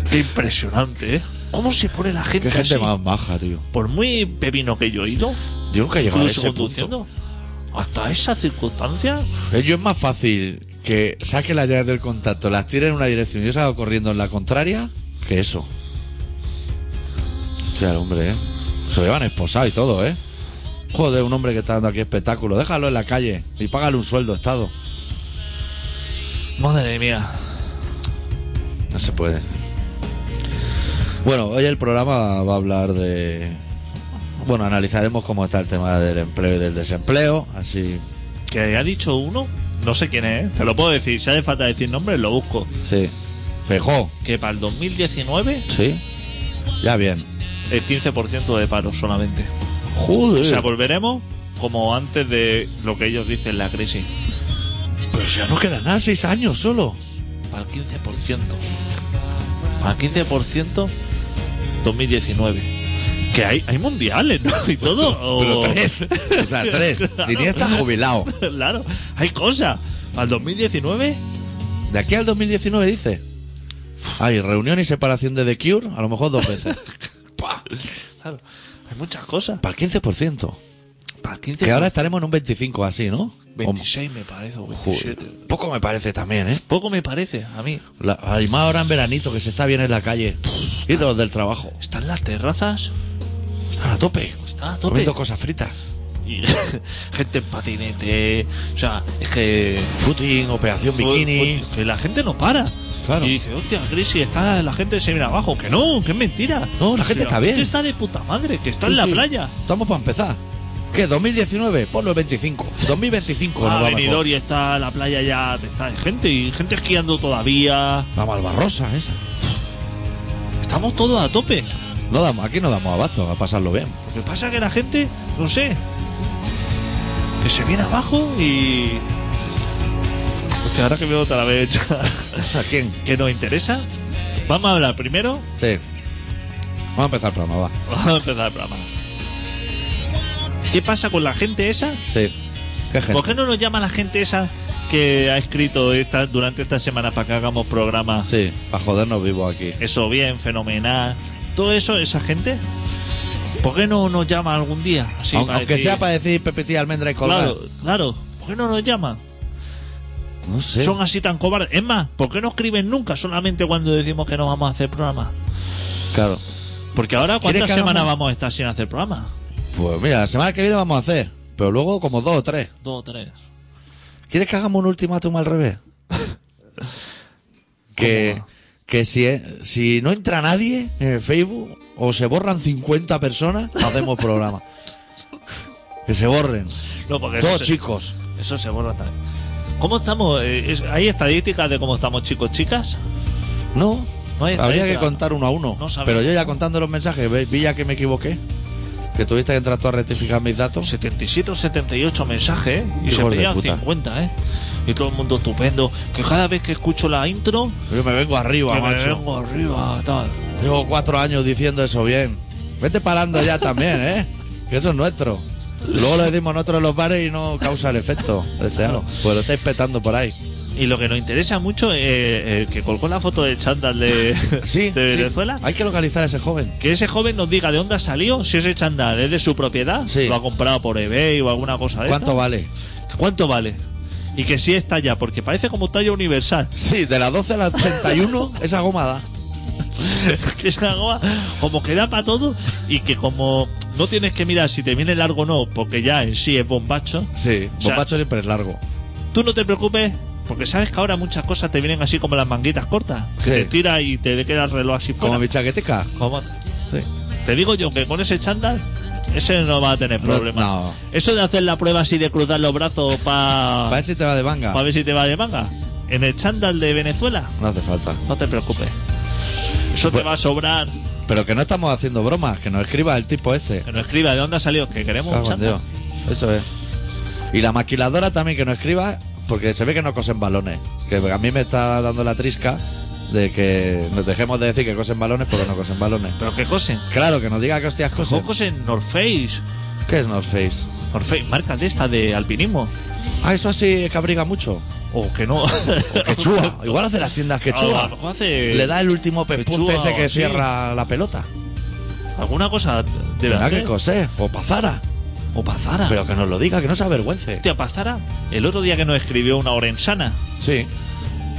[SPEAKER 2] Qué impresionante, ¿eh? ¿Cómo se pone la gente,
[SPEAKER 1] Qué gente
[SPEAKER 2] así?
[SPEAKER 1] más maja, tío.
[SPEAKER 2] Por muy pepino que yo he ido,
[SPEAKER 1] Yo nunca he llegado a
[SPEAKER 2] incluso
[SPEAKER 1] ese punto.
[SPEAKER 2] conduciendo, hasta esas circunstancias,
[SPEAKER 1] Eh, Yo es más fácil que saque las llaves del contacto, las tire en una dirección y yo salga corriendo en la contraria que eso. Hostia, el hombre, ¿eh? Se lo llevan esposado y todo, ¿eh? Joder, un hombre que está dando aquí espectáculo. Déjalo en la calle y págale un sueldo, Estado.
[SPEAKER 2] madre mía.
[SPEAKER 1] No se puede. Bueno, hoy el programa va a hablar de. Bueno, analizaremos cómo está el tema del empleo y del desempleo. Así.
[SPEAKER 2] Que ha dicho uno, no sé quién es, ¿eh? te lo puedo decir, si hace falta decir nombres, lo busco.
[SPEAKER 1] Sí. Fejó.
[SPEAKER 2] Que para el 2019,
[SPEAKER 1] Sí. Ya bien.
[SPEAKER 2] el 15% de paro solamente.
[SPEAKER 1] Joder.
[SPEAKER 2] O sea, volveremos como antes de lo que ellos dicen, la crisis.
[SPEAKER 1] pero si ya no quedan nada, seis años solo.
[SPEAKER 2] Para el 15%. Para el 15%, 2019. Que hay, hay mundiales, ¿no? Y todo. o-
[SPEAKER 1] Pero tres. Oh. O sea, tres.
[SPEAKER 2] Claro.
[SPEAKER 1] Diría está jubilado.
[SPEAKER 2] Claro, hay cosas. Para el 2019,
[SPEAKER 1] De aquí al 2019 dice. Hay reunión y separación de The Cure, a lo mejor dos veces.
[SPEAKER 2] ¡pua! Claro, hay muchas cosas.
[SPEAKER 1] Para el 15%.
[SPEAKER 2] Para el 15%,
[SPEAKER 1] Que ahora estaremos en un 25 así, ¿no? O-
[SPEAKER 2] 26 me parece, o 27.
[SPEAKER 1] Joder. Poco me parece también, ¿eh?
[SPEAKER 2] Poco me parece a mí.
[SPEAKER 1] La, y más ahora en veranito, que se está bien en la calle. Y de los del trabajo.
[SPEAKER 2] Están las terrazas,
[SPEAKER 1] Están a tope.
[SPEAKER 2] está a tope.
[SPEAKER 1] Comiendo cosas fritas.
[SPEAKER 2] Y gente en patinete. O sea, es que.
[SPEAKER 1] Footing, operación
[SPEAKER 2] Fue-
[SPEAKER 1] bikini.
[SPEAKER 2] fue- que la gente no para.
[SPEAKER 1] Claro.
[SPEAKER 2] Y dice, hostia, crisis, está la gente se viene abajo. Que no, que es mentira.
[SPEAKER 1] No, la gente está bien.
[SPEAKER 2] Que está de puta madre, que está
[SPEAKER 1] Sí,
[SPEAKER 2] en la
[SPEAKER 1] sí.
[SPEAKER 2] playa.
[SPEAKER 1] Estamos para empezar. ¿Qué? ¿2019? Ponlo 25. 2025.
[SPEAKER 2] ha
[SPEAKER 1] nos va mejor.
[SPEAKER 2] venido y Ah, está la playa ya, está de gente y gente esquiando todavía.
[SPEAKER 1] La Malvarrosa esa.
[SPEAKER 2] Estamos todos a tope.
[SPEAKER 1] No damos, aquí no damos abasto a pasarlo bien.
[SPEAKER 2] Lo que pasa es que la gente, no sé, que se viene abajo y. Hostia, ahora que veo otra vez
[SPEAKER 1] ¿A quién?
[SPEAKER 2] que nos interesa, vamos a hablar primero
[SPEAKER 1] Sí. Vamos a empezar el programa, va.
[SPEAKER 2] Vamos a empezar el programa. ¿Qué pasa con la gente esa?
[SPEAKER 1] Sí. ¿Qué gente?
[SPEAKER 2] ¿Por qué no nos llama la gente esa que ha escrito esta, durante esta semana para que hagamos programas?
[SPEAKER 1] Sí, para jodernos vivos aquí.
[SPEAKER 2] Eso bien, fenomenal. Todo eso, esa gente. ¿Por qué no nos llama algún día? Así,
[SPEAKER 1] Aunque,
[SPEAKER 2] para
[SPEAKER 1] aunque
[SPEAKER 2] decir-
[SPEAKER 1] sea para decir pepetilla, almendra y colgar.
[SPEAKER 2] Claro, claro. ¿Por qué no nos llaman?
[SPEAKER 1] No sé.
[SPEAKER 2] Son así tan cobardes. Es más, ¿por qué no escriben nunca solamente cuando decimos que no vamos a hacer programa?
[SPEAKER 1] Claro.
[SPEAKER 2] Porque ahora,
[SPEAKER 1] ¿Quieres
[SPEAKER 2] ¿cuántas
[SPEAKER 1] que hagamos-
[SPEAKER 2] semanas vamos a estar sin hacer programa?
[SPEAKER 1] Pues mira, la semana que viene vamos a hacer. Pero luego como dos o tres.
[SPEAKER 2] Dos o tres.
[SPEAKER 1] ¿Quieres que hagamos un ultimátum al revés? que, que si, si no entra nadie en el Facebook o se borran 50 personas, no hacemos programa. que se borren.
[SPEAKER 2] No, porque eso
[SPEAKER 1] Todos
[SPEAKER 2] se-
[SPEAKER 1] chicos.
[SPEAKER 2] Eso se borra también. ¿Cómo estamos? Eh, es- ¿Hay estadísticas de cómo estamos, chicos, chicas?
[SPEAKER 1] No,
[SPEAKER 2] No hay
[SPEAKER 1] habría que
[SPEAKER 2] estadística.
[SPEAKER 1] contar uno a uno.
[SPEAKER 2] No sabemos.
[SPEAKER 1] Pero yo ya contando los mensajes, ve- vi ya que me equivoqué. Que tuviste que entrar tú a rectificar mis datos.
[SPEAKER 2] 77 o 78 mensajes, ¿eh? Y
[SPEAKER 1] Hijos
[SPEAKER 2] se
[SPEAKER 1] de
[SPEAKER 2] pedían
[SPEAKER 1] puta.
[SPEAKER 2] 50, ¿eh? Y todo el mundo estupendo. Que cada vez que escucho la intro,
[SPEAKER 1] Yo me vengo arriba,
[SPEAKER 2] que me
[SPEAKER 1] macho.
[SPEAKER 2] vengo arriba, tal.
[SPEAKER 1] Llevo cuatro años diciendo eso bien. Vete parando ya también, ¿eh? Que eso es nuestro. Luego lo decimos nosotros en los bares y no causa el efecto deseado. Pues lo estáis petando por ahí.
[SPEAKER 2] Y lo que nos interesa mucho es que colgó la foto de chándal de,
[SPEAKER 1] Sí.
[SPEAKER 2] de
[SPEAKER 1] sí.
[SPEAKER 2] Venezuela.
[SPEAKER 1] Hay que localizar a ese joven.
[SPEAKER 2] Que ese joven nos diga de dónde ha salido, si ese chándal es de su propiedad,
[SPEAKER 1] Sí.
[SPEAKER 2] lo ha comprado por eBay o alguna cosa de
[SPEAKER 1] ¿Cuánto
[SPEAKER 2] esta.
[SPEAKER 1] vale?
[SPEAKER 2] ¿Cuánto vale? Y que sí es talla, porque parece como talla universal.
[SPEAKER 1] Sí, de las 12 a las 81, esa gomada.
[SPEAKER 2] que esa goma como que da para todo y que como no tienes que mirar si te viene largo o no, porque ya en sí es bombacho,
[SPEAKER 1] Sí,
[SPEAKER 2] O sea-
[SPEAKER 1] bombacho siempre es largo.
[SPEAKER 2] tú no te preocupes. Porque sabes que ahora muchas cosas te vienen así como las manguitas cortas. Que
[SPEAKER 1] Sí.
[SPEAKER 2] te tira y te queda el reloj así
[SPEAKER 1] Como
[SPEAKER 2] fuera.
[SPEAKER 1] mi chaqueteca.
[SPEAKER 2] Como-
[SPEAKER 1] Sí.
[SPEAKER 2] Te digo yo que con ese chándal, ese no va a tener
[SPEAKER 1] No,
[SPEAKER 2] problema.
[SPEAKER 1] no.
[SPEAKER 2] Eso de hacer la prueba así de cruzar los brazos para
[SPEAKER 1] Para ver si te va de manga.
[SPEAKER 2] ver si te va de manga. En el chándal de Venezuela,
[SPEAKER 1] No hace falta.
[SPEAKER 2] no te preocupes. Eso
[SPEAKER 1] Pues-
[SPEAKER 2] te va a sobrar.
[SPEAKER 1] Pero que no estamos haciendo bromas, que nos escriba el tipo este.
[SPEAKER 2] Que nos escriba de dónde ha salido, que queremos un
[SPEAKER 1] Cago en
[SPEAKER 2] chándal.
[SPEAKER 1] Dios. Eso es. Y la maquiladora también que no escriba, porque se ve que no cosen balones. Que a mí me está dando la trisca de que nos dejemos de decir que cosen balones porque no cosen balones.
[SPEAKER 2] Pero que cosen.
[SPEAKER 1] Claro, que nos diga que hostias cosen.
[SPEAKER 2] Son cosen North Face.
[SPEAKER 1] ¿Qué es North Face?
[SPEAKER 2] North Face, marca de esta de alpinismo.
[SPEAKER 1] Ah, eso sí que abriga mucho.
[SPEAKER 2] O que no. O
[SPEAKER 1] Quechua. Igual hace las tiendas
[SPEAKER 2] A lo
[SPEAKER 1] quechua.
[SPEAKER 2] mejor hace.
[SPEAKER 1] Le da el último pespunte
[SPEAKER 2] Quechua
[SPEAKER 1] ese
[SPEAKER 2] o
[SPEAKER 1] Ah, que
[SPEAKER 2] así.
[SPEAKER 1] cierra la pelota.
[SPEAKER 2] Alguna cosa debe
[SPEAKER 1] Tendrá que
[SPEAKER 2] hacer.
[SPEAKER 1] coser. O pasara.
[SPEAKER 2] O Pazara.
[SPEAKER 1] Pero que nos lo diga, que no se avergüence.
[SPEAKER 2] Hostia, Pazara. El otro día que nos escribió una orensana.
[SPEAKER 1] Sí.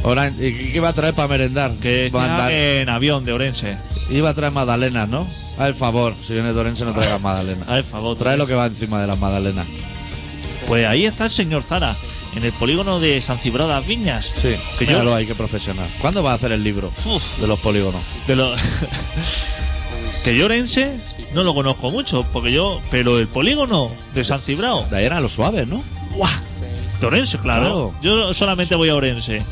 [SPEAKER 1] Ahora, ¿y qué va a traer para merendar?
[SPEAKER 2] Que decía
[SPEAKER 1] Manda-
[SPEAKER 2] en avión de Orense.
[SPEAKER 1] Iba a traer magdalenas, ¿no? A el favor, si vienes de Orense no
[SPEAKER 2] Ah.
[SPEAKER 1] traigas magdalenas.
[SPEAKER 2] A ver, favor.
[SPEAKER 1] Trae lo que va encima de las magdalenas.
[SPEAKER 2] Pues ahí está el señor Zara. En el polígono de San Cibrao de las Viñas.
[SPEAKER 1] Sí,
[SPEAKER 2] Que yo-
[SPEAKER 1] míralo hay que profesional. ¿Cuándo va a hacer el libro
[SPEAKER 2] Uf.
[SPEAKER 1] de los polígonos?
[SPEAKER 2] De lo- que yo Orense no lo conozco mucho. Porque yo. Pero el polígono de San Cibrao.
[SPEAKER 1] De ahí eran los suaves, ¿no?
[SPEAKER 2] ¡Guau! De Orense, claro.
[SPEAKER 1] Claro.
[SPEAKER 2] Yo solamente voy a Orense.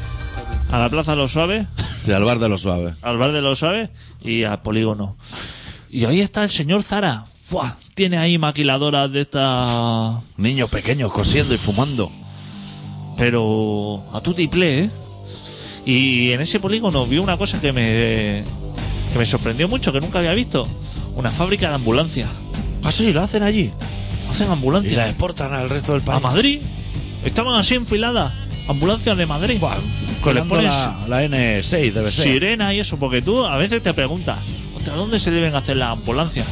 [SPEAKER 2] A la Plaza de los Suaves.
[SPEAKER 1] Y al bar de los suaves.
[SPEAKER 2] al bar de los suaves y al polígono. Y ahí está el señor Zara. ¡Fua! Tiene ahí maquiladoras de estas.
[SPEAKER 1] Niños pequeños cosiendo y fumando.
[SPEAKER 2] Pero. a tu tiple, ¿eh? Y en ese polígono vi una cosa que me. que me sorprendió mucho, que nunca había visto. Una fábrica de ambulancias.
[SPEAKER 1] Ah, sí, lo hacen allí.
[SPEAKER 2] Hacen
[SPEAKER 1] Y las
[SPEAKER 2] ambulancias.
[SPEAKER 1] exportan al resto del
[SPEAKER 2] A
[SPEAKER 1] país.
[SPEAKER 2] Madrid. Estaban así enfiladas. Ambulancias de Madrid.
[SPEAKER 1] Buah,
[SPEAKER 2] Que les
[SPEAKER 1] colando
[SPEAKER 2] pones ¿eh?
[SPEAKER 1] la, la N6 debe ser.
[SPEAKER 2] sirena y eso, porque tú a veces te preguntas, ¿a dónde se deben hacer las ambulancias?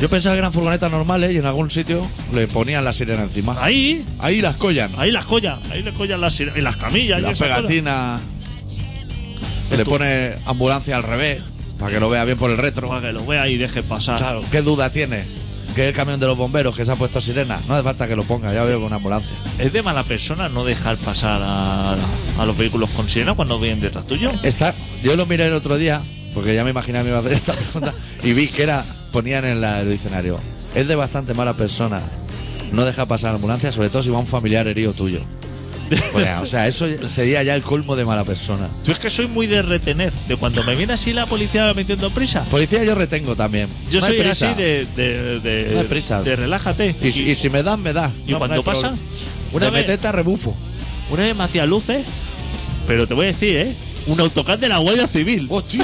[SPEAKER 1] Yo pensaba que eran furgonetas normales y en algún sitio le ponían la sirena encima.
[SPEAKER 2] Ahí,
[SPEAKER 1] Ahí las collan.
[SPEAKER 2] Ahí las collas, ahí las collas las, sire- y las camillas. y
[SPEAKER 1] Las
[SPEAKER 2] esas cosas.
[SPEAKER 1] pegatinas. Se le
[SPEAKER 2] Esto-
[SPEAKER 1] pone ambulancia al revés para que lo vea bien por el retro.
[SPEAKER 2] Para que lo vea y deje pasar.
[SPEAKER 1] Claro, ¿qué duda tiene? Que el camión de los bomberos que se ha puesto sirena. No hace falta que lo ponga, ya veo con ambulancia.
[SPEAKER 2] Es de mala persona no dejar pasar a, a los vehículos con sirena cuando vienen detrás tuyo.
[SPEAKER 1] Está, yo lo miré el otro día, porque ya me imaginaba que iba a hacer esta pregunta, y vi que era, ponían en la- el diccionario, es de bastante mala persona. No deja pasar ambulancia, sobre todo si va un familiar herido tuyo. Ponía, o sea, eso sería ya el colmo de mala persona.
[SPEAKER 2] Yo es que soy muy de retener, de cuando me viene así la policía metiendo prisa.
[SPEAKER 1] Policía yo retengo también.
[SPEAKER 2] Yo
[SPEAKER 1] No hay
[SPEAKER 2] soy
[SPEAKER 1] prisa.
[SPEAKER 2] así de, de, de-
[SPEAKER 1] No hay prisa.
[SPEAKER 2] de relájate.
[SPEAKER 1] Y, si- y si me dan, me da.
[SPEAKER 2] ¿Y cuando
[SPEAKER 1] hay problema.
[SPEAKER 2] pasa?
[SPEAKER 1] Una
[SPEAKER 2] Una vez-
[SPEAKER 1] meteta rebufo.
[SPEAKER 2] una vez me hacía luces, pero te voy a decir, ¿eh? Un autocar de la Guardia Civil.
[SPEAKER 1] ¡Hostia!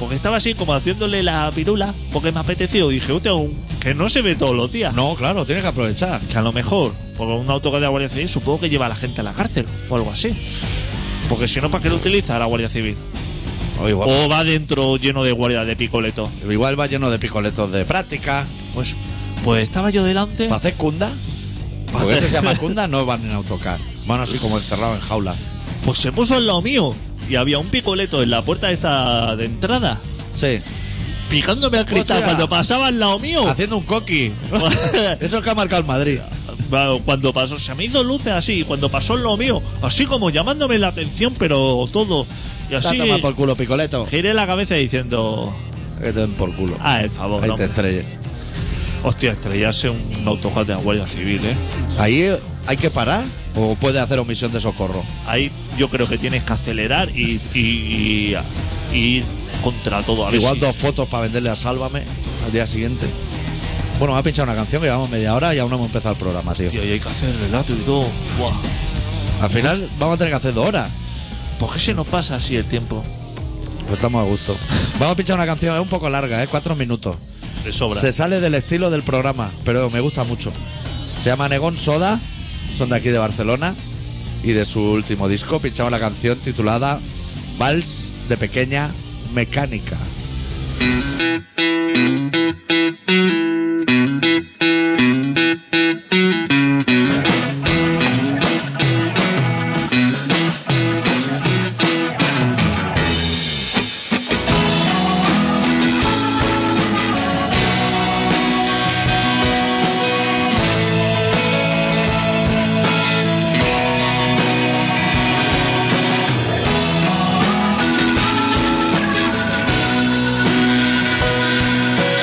[SPEAKER 2] Porque estaba así como haciéndole la pirula, porque me apeteció. Dije, "Hostia, un- que no se ve todos los días.
[SPEAKER 1] No, claro, tienes que aprovechar.
[SPEAKER 2] que a lo mejor por un autocar de la Guardia Civil supongo que lleva a la gente a la cárcel o algo así. Porque si no, ¿para qué lo utiliza la Guardia Civil?
[SPEAKER 1] O igual,
[SPEAKER 2] O va dentro lleno de guardias de picoleto.
[SPEAKER 1] igual va lleno de picoletos de práctica.
[SPEAKER 2] Pues, pues estaba yo delante.
[SPEAKER 1] ¿Para hacer cunda? Porque
[SPEAKER 2] hacer-
[SPEAKER 1] ese se llama cunda, no van en autocar. Van así como encerrados en jaula.
[SPEAKER 2] Pues se puso al lado mío. Y había un picoleto en la puerta esta de entrada.
[SPEAKER 1] Sí.
[SPEAKER 2] Picándome al cristal
[SPEAKER 1] Hostia.
[SPEAKER 2] cuando pasaba al lado mío.
[SPEAKER 1] Haciendo un coqui. Eso es que ha marcado el Madrid.
[SPEAKER 2] Ah, Bueno, Cuando pasó, se me hizo luces así. Cuando pasó al lado mío. Así como llamándome la atención, pero todo. Y
[SPEAKER 1] Está
[SPEAKER 2] así
[SPEAKER 1] a tomar por culo, picoleto.
[SPEAKER 2] giré la cabeza diciendo.
[SPEAKER 1] Que te den por culo.
[SPEAKER 2] Ah, el favor,
[SPEAKER 1] Ahí te
[SPEAKER 2] hombre.
[SPEAKER 1] estrelles.
[SPEAKER 2] Hostia, estrellarse un autocar de la Guardia Civil, ¿eh?
[SPEAKER 1] Ahí hay que parar o puede hacer omisión de socorro.
[SPEAKER 2] Ahí yo creo que tienes que acelerar y, y, y ir contra todo. A ver
[SPEAKER 1] Igual
[SPEAKER 2] si-
[SPEAKER 1] dos fotos para venderle a Sálvame al día siguiente. Bueno, me ha pinchado una canción que llevamos media hora y aún no hemos empezado el programa, tío.
[SPEAKER 2] Tío, y hay que hacer relato y todo. Buah.
[SPEAKER 1] Al final vamos a tener que hacer dos horas.
[SPEAKER 2] ¿Por qué se nos pasa así el tiempo?
[SPEAKER 1] Pues estamos a gusto. Vamos a pinchar una canción, es un poco larga, es cuatro minutos.
[SPEAKER 2] De sobra.
[SPEAKER 1] Se sale del estilo del programa, pero me gusta mucho. Se llama Negón Soda, son de aquí de Barcelona y de su último disco pinchamos la canción titulada Vals de pequeña mecánica.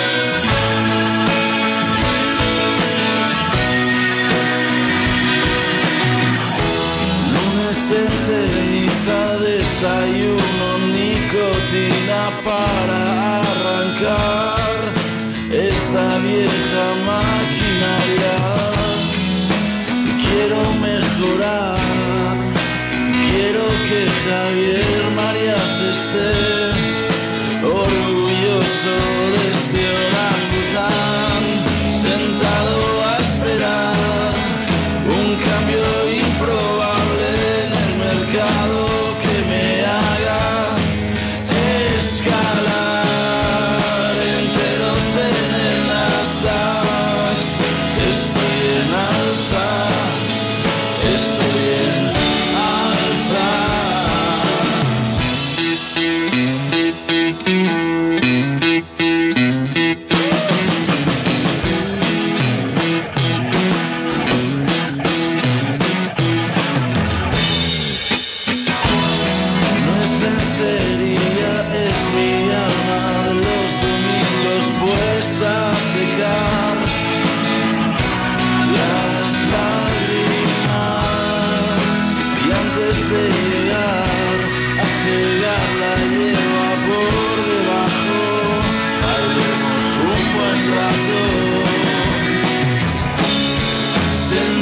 [SPEAKER 3] Thank este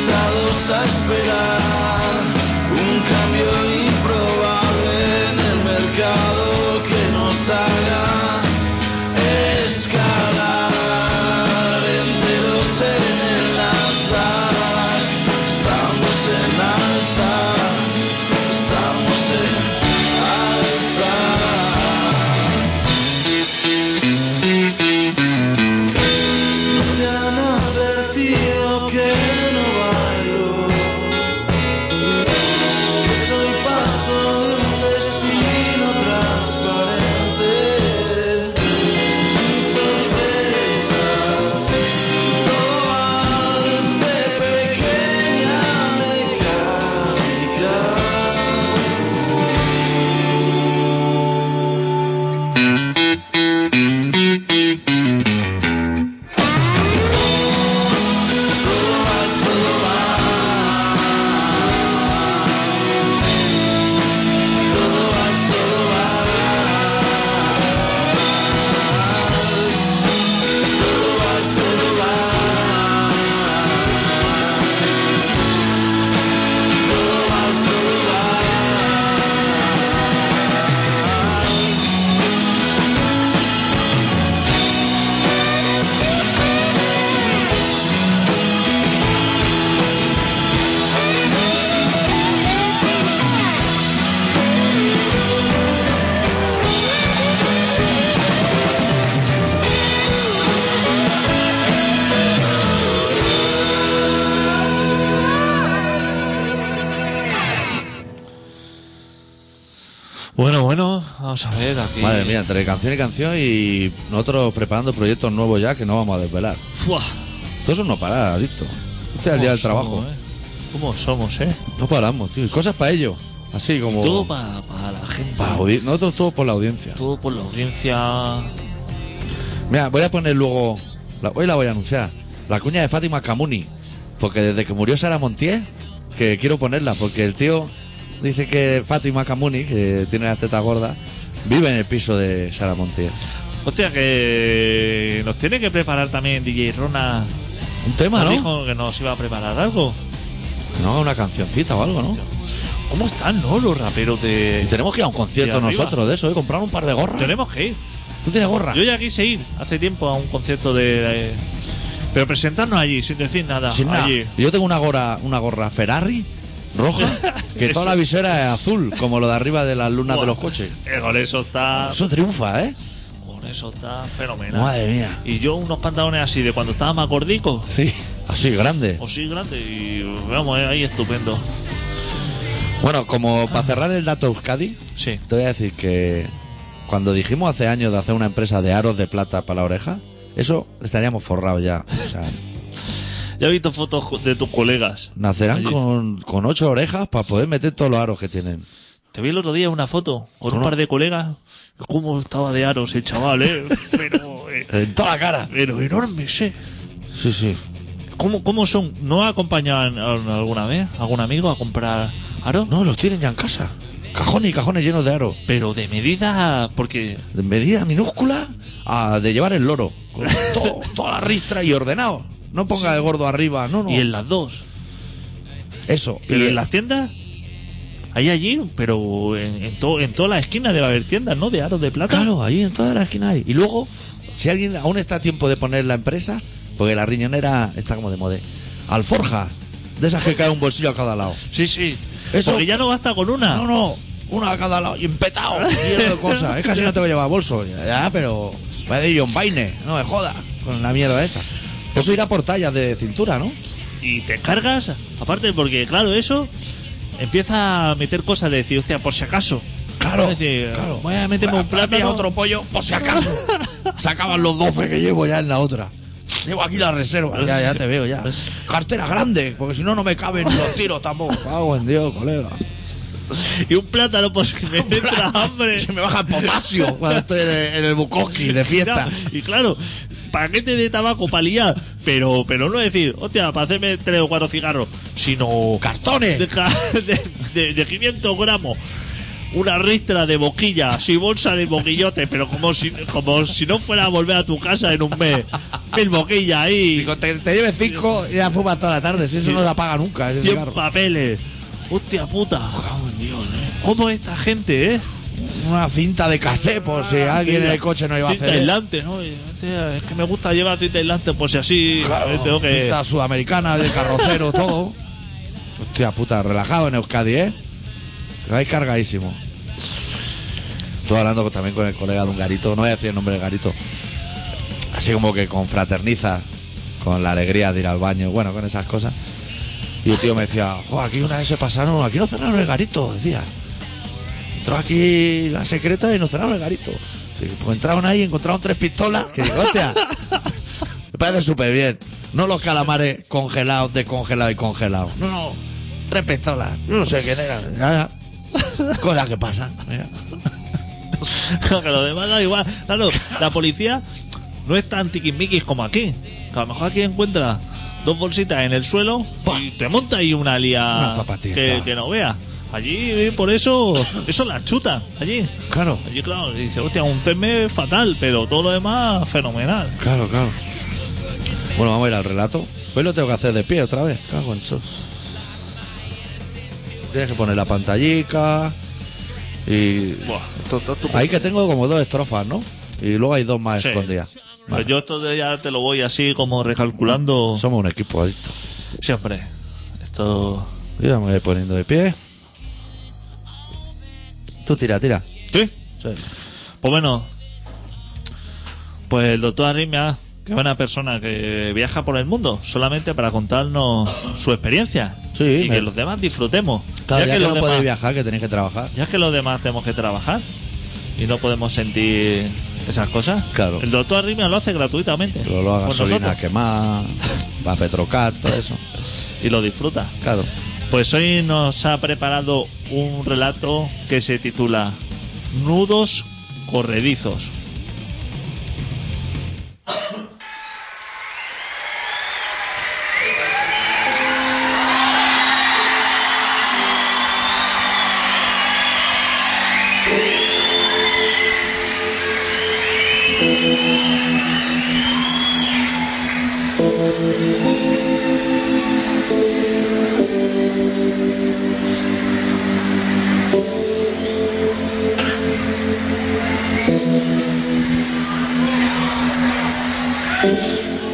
[SPEAKER 3] vamos a esperar un cambio improbable en el mercado que nos haga escalar enteros en el azar. Estamos en alza, estamos en alza. Te han advertido que no bailo, que soy pasto de un destino transparente, sin sorpresas, todo vals de pequeña mecánica.
[SPEAKER 2] Bueno, bueno, vamos a ver aquí.
[SPEAKER 1] Madre mía, entre canción y canción y nosotros preparando proyectos nuevos ya que no vamos a desvelar.
[SPEAKER 2] Fuah,
[SPEAKER 1] Esto es un no parar, adicto. Este es el día del
[SPEAKER 2] ¿cómo
[SPEAKER 1] trabajo.
[SPEAKER 2] somos, eh? ¿Cómo somos, eh?
[SPEAKER 1] No paramos, tío. Y cosas para ello. Así como.
[SPEAKER 2] Todo para la gente.
[SPEAKER 1] Oh. pa' audi- Nosotros todos por la audiencia.
[SPEAKER 2] Todo por la audiencia.
[SPEAKER 1] Mira, voy a poner luego. la- hoy la voy a anunciar. La cuña de Fátima Camuni. Porque desde que murió Sara Montiel, que quiero ponerla, porque el tío dice que Fátima Camuni, que tiene las tetas gordas, vive en el piso de Sara Montiel.
[SPEAKER 2] Hostia, que nos tiene que preparar también DJ Rona.
[SPEAKER 1] Un tema,
[SPEAKER 2] Nos
[SPEAKER 1] ¿no?
[SPEAKER 2] dijo que nos iba a preparar algo.
[SPEAKER 1] No, una cancioncita o algo, ¿no?
[SPEAKER 2] ¿Cómo están, no? Los raperos
[SPEAKER 1] Y
[SPEAKER 2] de.
[SPEAKER 1] tenemos que ir a un concierto
[SPEAKER 2] arriba.
[SPEAKER 1] nosotros de eso, ¿eh? Comprar un par de gorras.
[SPEAKER 2] Tenemos que ir.
[SPEAKER 1] ¿Tú tienes gorra?
[SPEAKER 2] Yo ya quise ir hace tiempo a un concierto de. eh, Pero presentarnos allí, sin decir nada.
[SPEAKER 1] Sin nada.
[SPEAKER 2] allí.
[SPEAKER 1] Yo tengo una gorra, una gorra Ferrari roja, que toda la visera es azul, como lo de arriba de las lunas de los coches.
[SPEAKER 2] Eh, con eso está.
[SPEAKER 1] Eso triunfa, ¿eh?
[SPEAKER 2] Con eso está fenomenal.
[SPEAKER 1] Madre mía.
[SPEAKER 2] Y yo unos pantalones así de cuando estaba más gordico.
[SPEAKER 1] Sí. Así, grande.
[SPEAKER 2] O sí, grande. Y vamos, eh, ahí estupendo.
[SPEAKER 1] Bueno, como para cerrar el dato Euskadi,
[SPEAKER 2] Sí.
[SPEAKER 1] te voy a decir que cuando dijimos hace años de hacer una empresa de aros de plata para la oreja, eso estaríamos forrados ya. O sea,
[SPEAKER 2] Ya he visto fotos ju- de tus colegas.
[SPEAKER 1] nacerán
[SPEAKER 2] Allí.
[SPEAKER 1] con, con ocho orejas para poder meter todos los aros que tienen.
[SPEAKER 2] Te vi el otro día una foto con
[SPEAKER 1] Con
[SPEAKER 2] un
[SPEAKER 1] un-
[SPEAKER 2] par de colegas. ¿Cómo estaba de aros el chaval, eh? Pero, eh,
[SPEAKER 1] En toda la cara.
[SPEAKER 2] pero enormes, eh.
[SPEAKER 1] Sí, sí.
[SPEAKER 2] ¿Cómo, cómo son? ¿No acompañaban a- alguna vez a algún amigo a comprar aros?
[SPEAKER 1] No, los tienen ya en casa. Cajones y cajones llenos de aros.
[SPEAKER 2] Pero de medida, porque
[SPEAKER 1] de medida minúscula a de llevar el loro. Con todo- toda la ristra y ordenado. No ponga el gordo arriba, no, no.
[SPEAKER 2] y en las dos.
[SPEAKER 1] Eso.
[SPEAKER 2] Pero
[SPEAKER 1] y
[SPEAKER 2] en las tiendas hay allí, pero en, en, to- en toda la esquina debe haber tiendas, ¿no? De aros de plata.
[SPEAKER 1] Claro, ahí en toda la esquina hay. Y luego, si alguien aún está a tiempo de poner la empresa, porque la riñonera está como de moda. Alforjas, de esas que cae un bolsillo a cada lado.
[SPEAKER 2] Sí, sí.
[SPEAKER 1] Eso-
[SPEAKER 2] Porque ya no basta con una.
[SPEAKER 1] No, no, una a cada lado, y empetado, lleno de cosas. Es casi no te voy a llevar bolso. Ya, pero va de John Baine, no me jodas con la mierda esa. Pues Eso irá por tallas de cintura, ¿no?
[SPEAKER 2] y te cargas, aparte porque claro, eso empieza a meter cosas de decir, hostia, por si acaso.
[SPEAKER 1] Claro,
[SPEAKER 2] Es decir,
[SPEAKER 1] claro.
[SPEAKER 2] voy a meterme un
[SPEAKER 1] Para mí
[SPEAKER 2] plátano.
[SPEAKER 1] otro pollo, por si acaso. Se acaban los 12 que llevo ya en la otra. Llevo aquí la reserva. Ya, ya te veo, ya. Cartera grande, porque si no, no me caben los tiros tampoco. Pago en Dios, colega.
[SPEAKER 2] Y un plátano por si me entra hambre.
[SPEAKER 1] Se me baja el potasio cuando estoy en el, en el Bukowski de fiesta.
[SPEAKER 2] Y claro, paquete de tabaco para liar, pero, pero no decir, hostia, para hacerme tres o cuatro cigarros, sino de,
[SPEAKER 1] ¡Cartones!
[SPEAKER 2] ca- de- de- de 500 gramos. Una ristra de boquilla, así bolsa de boquillote, pero como si, como si no fuera a volver a tu casa en un mes. mil boquillas
[SPEAKER 1] Si
[SPEAKER 2] ahí,
[SPEAKER 1] con- te, te lleves cinco, ya fumas toda la tarde. Si eso no se apaga nunca, ese
[SPEAKER 2] 100
[SPEAKER 1] cigarro.
[SPEAKER 2] papeles. Hostia puta. ¿Cómo esta gente, eh?
[SPEAKER 1] Una cinta de cassette, por si alguien en Ah, el coche no iba a
[SPEAKER 2] Cinta
[SPEAKER 1] hacer.
[SPEAKER 2] aislante, ¿no? Hostia, Es que me gusta llevar cinta aislante por si así eh, tengo que...
[SPEAKER 1] Cinta sudamericana, de carrocero, todo. Hostia puta, relajado en Euskadi, ¿eh? Que vais cargadísimo. Estuve hablando también con el colega de un garito, no voy a decir el nombre del garito. Así como que confraterniza con la alegría de ir al baño, bueno, con esas cosas. Y el tío me decía, jo, aquí una vez se pasaron, aquí no cerraron el garito, decía. Entró aquí la secreta y nos cerraron el garito. Sí, pues entraron ahí y encontraron tres pistolas. Que digo, hostia, me parece súper bien. No los calamares congelados, descongelados y congelados. No, no, tres pistolas. Yo no sé quién era. Ya, ya. Cosas que pasan. mira.
[SPEAKER 2] que lo demás da igual. Claro, la policía no es tan tiquismiquis como aquí. Que a lo mejor aquí encuentra dos bolsitas en el suelo y te monta ahí una lía
[SPEAKER 1] Una zapatiza.
[SPEAKER 2] que, que no vea. Allí, eh, por eso, eso la chuta. Allí,
[SPEAKER 1] Claro,
[SPEAKER 2] allí, claro, dice, hostia, un CM fatal, pero todo lo demás fenomenal.
[SPEAKER 1] claro, claro. Bueno, vamos a ir al relato. Hoy lo tengo que hacer de pie otra vez. Cago en chos. Tienes que poner la pantallica. Y.
[SPEAKER 2] Buah.
[SPEAKER 1] Ahí que tengo como dos estrofas, ¿no? Y luego hay dos más
[SPEAKER 2] Sí.
[SPEAKER 1] escondidas.
[SPEAKER 2] Pues yo esto de ya te lo voy así como recalculando
[SPEAKER 1] Somos un equipo adicto.
[SPEAKER 2] siempre. Esto.
[SPEAKER 1] Yo ya me voy poniendo de pie. Tú tira, tira.
[SPEAKER 2] ¿Sí?
[SPEAKER 1] Sí.
[SPEAKER 2] Pues bueno, pues el doctor Arrimia, que es una persona que viaja por el mundo solamente para contarnos su experiencia
[SPEAKER 1] Sí,
[SPEAKER 2] y
[SPEAKER 1] me-
[SPEAKER 2] que los demás disfrutemos.
[SPEAKER 1] Claro, ya, que, no
[SPEAKER 2] los
[SPEAKER 1] podéis
[SPEAKER 2] demás,
[SPEAKER 1] viajar, que tenéis que trabajar.
[SPEAKER 2] ya que los demás tenemos que trabajar y no podemos sentir esas cosas,
[SPEAKER 1] Claro.
[SPEAKER 2] el doctor Arrimia lo hace gratuitamente
[SPEAKER 1] Lo, lo
[SPEAKER 2] por
[SPEAKER 1] hagas gasolina
[SPEAKER 2] nosotros,
[SPEAKER 1] quemada, va a Petrocat, todo eso.
[SPEAKER 2] y lo disfruta.
[SPEAKER 1] Claro.
[SPEAKER 2] Pues hoy nos ha preparado un relato que se titula Nudos corredizos.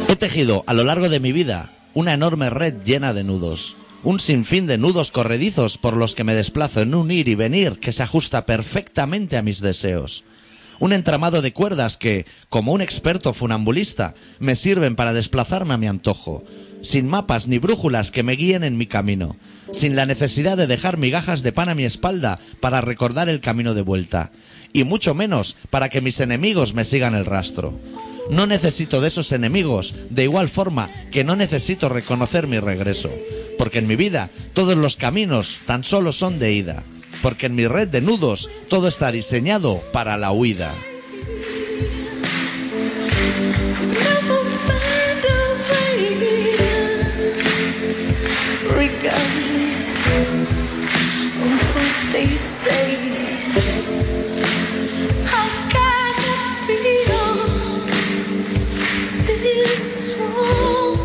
[SPEAKER 1] He tejido a lo largo de mi vida una enorme red llena de nudos, un sinfín de nudos corredizos por los que me desplazo en un ir y venir que se ajusta perfectamente a mis deseos. Un entramado de cuerdas que, como un experto funambulista, me sirven para desplazarme a mi antojo, sin mapas ni brújulas que me guíen en mi camino, sin la necesidad de dejar migajas de pan a mi espalda para recordar el camino de vuelta, y mucho menos para que mis enemigos me sigan el rastro. No necesito de esos enemigos, de igual forma que no necesito reconocer mi regreso, porque en mi vida todos los caminos tan solo son de ida, porque en mi red de nudos todo está diseñado para la huida.
[SPEAKER 4] Never find a way, regardless of what they say. How can it feel this warm?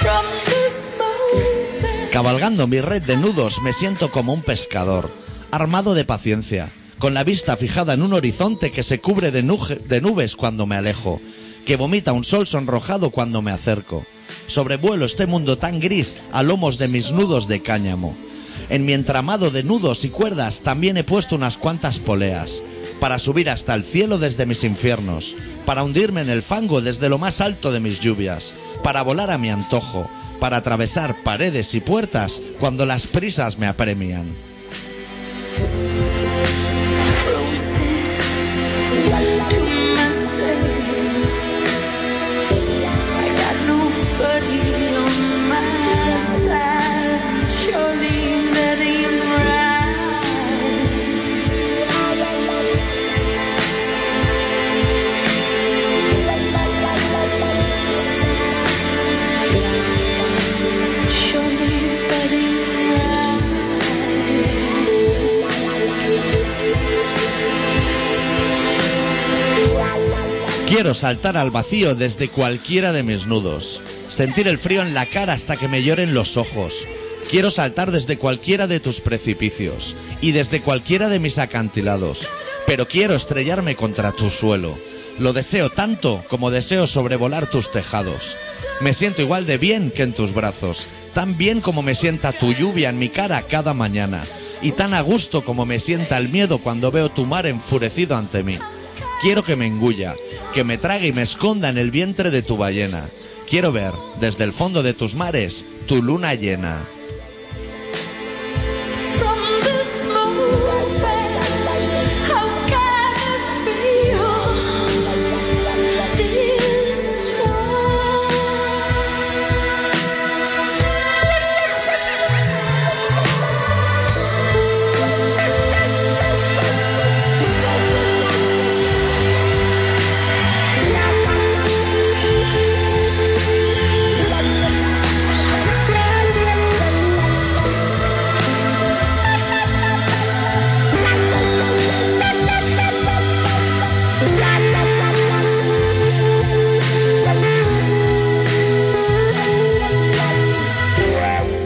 [SPEAKER 4] From this moment.
[SPEAKER 1] Cabalgando mi red de nudos me siento como un pescador, armado de paciencia, con la vista fijada en un horizonte que se cubre de, nuje- de nubes cuando me alejo, que vomita un sol sonrojado cuando me acerco. Sobrevuelo este mundo tan gris a lomos de mis nudos de cáñamo. En mi entramado de nudos y cuerdas también he puesto unas cuantas poleas, para subir hasta el cielo desde mis infiernos, para hundirme en el fango desde lo más alto de mis lluvias, para volar a mi antojo, para atravesar paredes y puertas cuando las prisas me apremian.
[SPEAKER 4] Surely, but in right.
[SPEAKER 1] Quiero saltar al vacío desde cualquiera de mis nudos, sentir el frío en la cara hasta que me lloren los ojos. Quiero saltar desde cualquiera de tus precipicios y desde cualquiera de mis acantilados, pero quiero estrellarme contra tu suelo. Lo deseo tanto como deseo sobrevolar tus tejados. Me siento igual de bien que en tus brazos, tan bien como me sienta tu lluvia en mi cara cada mañana, y tan a gusto como me sienta el miedo cuando veo tu mar enfurecido ante mí. Quiero que me engulla, que me trague y me esconda en el vientre de tu ballena. Quiero ver, desde el fondo de tus mares, tu luna llena.
[SPEAKER 4] From this moment, how can it feel this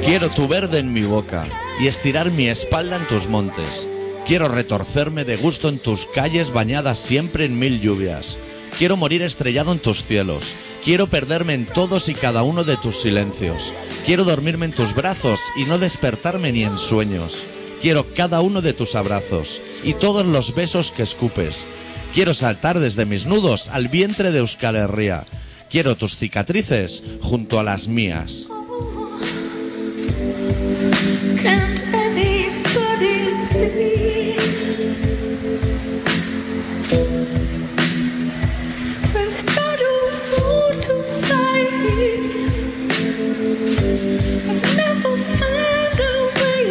[SPEAKER 1] Quiero tu verde en mi boca y estirar mi espalda en tus montes. Quiero retorcerme de gusto en tus calles bañadas siempre en mil lluvias. Quiero morir estrellado en tus cielos. Quiero perderme en todos y cada uno de tus silencios. Quiero dormirme en tus brazos y no despertarme ni en sueños. Quiero cada uno de tus abrazos y todos los besos que escupes. Quiero saltar desde mis nudos al vientre de Euskal Herria. Quiero tus cicatrices junto a las mías.
[SPEAKER 4] Can't anybody see? We've got a war to fight. I've never found a way,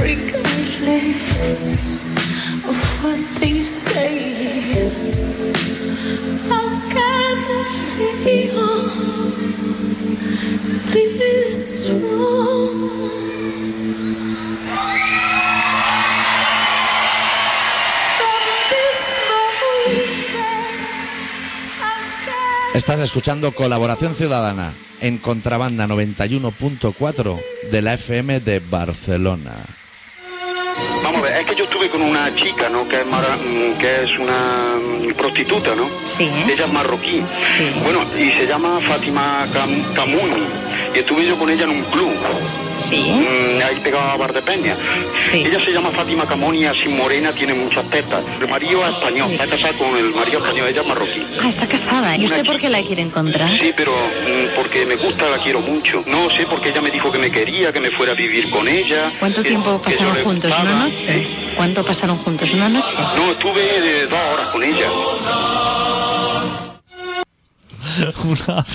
[SPEAKER 4] regardless of what they say. How can it feel? This wrong. From this moment, I've got
[SPEAKER 1] Estás escuchando Colaboración Ciudadana en Contrabanda 91.4 de la FM de Barcelona.
[SPEAKER 5] Vamos a ver, es que yo estuve con una chica, ¿no? Que es, mara- mm, que es una mm, prostituta, ¿no?
[SPEAKER 6] Sí.
[SPEAKER 5] Ella es marroquí.
[SPEAKER 6] ¿Eh? Sí.
[SPEAKER 5] Bueno, y se llama Fátima Cam- Camuni. Y estuve yo con ella en un club,
[SPEAKER 6] Sí. ¿eh?
[SPEAKER 5] mm, ahí pegado a Valdepeña.
[SPEAKER 6] Sí.
[SPEAKER 5] Ella se llama Fátima Camoni, así morena, tiene muchas tetas. El marido es español, está casada con el marido español, ella es marroquí.
[SPEAKER 6] Ah, está casada. ¿Y usted por qué la quiere encontrar?
[SPEAKER 5] Sí, pero mm, porque me gusta, la quiero mucho. No sé, porque ella me dijo que me quería, que me fuera a vivir con ella.
[SPEAKER 6] ¿Cuánto
[SPEAKER 5] que-
[SPEAKER 6] tiempo
[SPEAKER 5] que yo
[SPEAKER 6] pasaron
[SPEAKER 5] le
[SPEAKER 6] juntos? ¿Una
[SPEAKER 5] gustaba.
[SPEAKER 6] noche? ¿Cuánto pasaron juntos? ¿Una noche?
[SPEAKER 5] No, estuve eh, dos horas con ella.
[SPEAKER 2] una,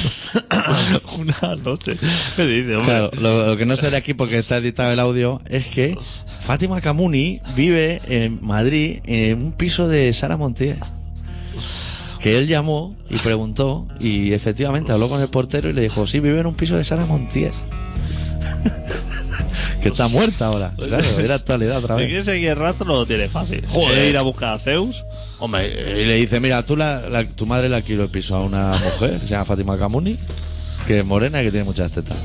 [SPEAKER 2] una noche. Me dice, hombre.
[SPEAKER 1] Claro, lo, lo que no sale aquí porque está editado el audio es que Fátima Camuni vive en Madrid en un piso de Sara Montiel. Que él llamó y preguntó y efectivamente habló con el portero y le dijo, sí, vive en un piso de Sara Montiel. que está muerta ahora. Claro, era actualidad otra
[SPEAKER 2] Si
[SPEAKER 1] vez.
[SPEAKER 2] quieres seguir el rastro, lo tiene fácil.
[SPEAKER 1] Joder.
[SPEAKER 2] Puede ir a buscar a Zeus.
[SPEAKER 1] Hombre, y le dice, mira, tú la, la- tu madre la quiero piso a una mujer que se llama Fátima Camuni, que es morena y que tiene muchas tetas.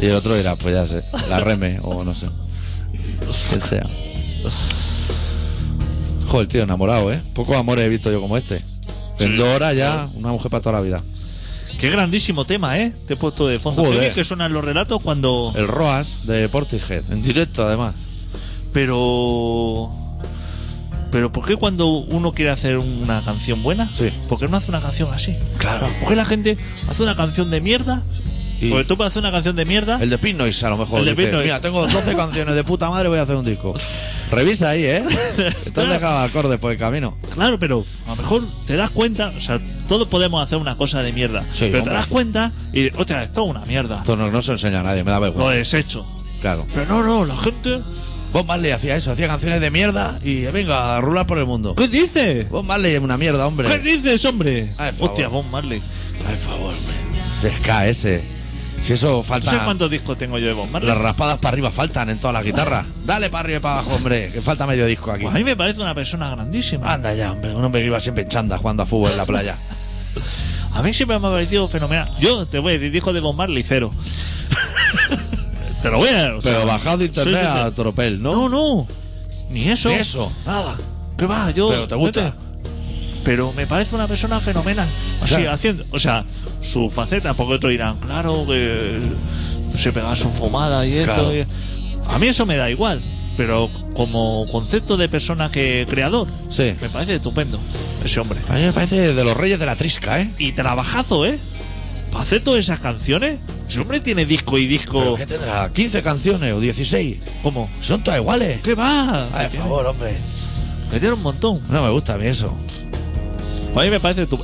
[SPEAKER 1] Y el otro dirá, pues ya sé, la reme o no sé. Que sea. Joder, tío, enamorado, ¿eh? Pocos amores he visto yo como este. En dos horas ya, una mujer para toda la vida.
[SPEAKER 2] Qué grandísimo tema, ¿eh? Te he puesto de fondo.
[SPEAKER 1] Joder.
[SPEAKER 2] Qué bien que suenan los relatos cuando.
[SPEAKER 1] El Roas de Portishead, en directo además.
[SPEAKER 2] Pero. Pero ¿por qué cuando uno quiere hacer una canción buena?
[SPEAKER 1] Sí.
[SPEAKER 2] ¿Por qué no hace una canción así? Claro. ¿Por qué la gente hace una canción de mierda?
[SPEAKER 1] Y-
[SPEAKER 2] Porque tú para hacer una canción de mierda.
[SPEAKER 1] El de Pink Noise a lo mejor.
[SPEAKER 2] El de
[SPEAKER 1] dice,
[SPEAKER 2] Pink Noise.
[SPEAKER 1] Mira, tengo 12 canciones de puta madre, voy a hacer un disco. Revisa ahí, ¿eh? Que Te has dejado acordes por el camino.
[SPEAKER 2] Claro, pero a lo mejor te das cuenta, o sea, todos podemos hacer una cosa de mierda.
[SPEAKER 1] Sí,
[SPEAKER 2] pero
[SPEAKER 1] hombre.
[SPEAKER 2] te das cuenta y, hostia, esto es una mierda.
[SPEAKER 1] Esto no, no se enseña a nadie, me da
[SPEAKER 2] Lo
[SPEAKER 1] vergüenza.
[SPEAKER 2] deshecho.
[SPEAKER 1] Claro.
[SPEAKER 2] Pero no, no, la gente.
[SPEAKER 1] Bob Marley hacía eso, hacía canciones de mierda y eh, venga a rular por el mundo.
[SPEAKER 2] ¿Qué dices?
[SPEAKER 1] Bob Marley es una mierda,
[SPEAKER 2] Pues
[SPEAKER 1] hombre.
[SPEAKER 2] ¿Qué dices, hombre?
[SPEAKER 1] Ay, por
[SPEAKER 2] Hostia, Bob Marley.
[SPEAKER 1] Por favor, hombre. Es KS. Si eso
[SPEAKER 2] No sé
[SPEAKER 1] falta.
[SPEAKER 2] cuántos discos tengo yo de Bob Marley.
[SPEAKER 1] Las raspadas para arriba faltan en todas las guitarras. Dale para arriba y para abajo, hombre, que falta medio disco aquí.
[SPEAKER 2] Pues a mí me parece una persona grandísima.
[SPEAKER 1] Anda ya, hombre, un hombre que iba siempre en chanda jugando a fútbol en la playa.
[SPEAKER 2] A mí siempre me ha parecido fenomenal. Yo te voy a decir disco de Bob Marley, cero. te lo voy a o sea,
[SPEAKER 1] Pero bajado de internet
[SPEAKER 2] soy sincero.
[SPEAKER 1] a tropel, ¿no?
[SPEAKER 2] No, no. Ni eso.
[SPEAKER 1] Ni eso.
[SPEAKER 2] Nada. ¿Qué va? Yo.
[SPEAKER 1] Pero te gusta.
[SPEAKER 2] vete. Pero me parece una persona fenomenal. Así,
[SPEAKER 1] Claro.
[SPEAKER 2] haciendo. O sea, su faceta, porque otros dirán, claro, que se pegan su fumada y esto.
[SPEAKER 1] Claro.
[SPEAKER 2] y- A mí eso me da igual. Pero como concepto de persona que creador,
[SPEAKER 1] Sí.
[SPEAKER 2] me parece estupendo ese hombre.
[SPEAKER 1] A mí me parece de los reyes de la trisca, ¿eh?
[SPEAKER 2] Y trabajazo, ¿eh? Paceto de esas canciones. Ese hombre tiene disco y
[SPEAKER 1] ¿Pero
[SPEAKER 2] disco.
[SPEAKER 1] qué tendrá? ¿15 canciones o 16?
[SPEAKER 2] ¿Cómo?
[SPEAKER 1] Son todas iguales.
[SPEAKER 2] ¿Qué va?
[SPEAKER 1] Ay, por
[SPEAKER 2] Que
[SPEAKER 1] favor, hombre.
[SPEAKER 2] tiene- Que tiene un montón.
[SPEAKER 1] No me gusta a mí eso.
[SPEAKER 2] A mí me parece tu...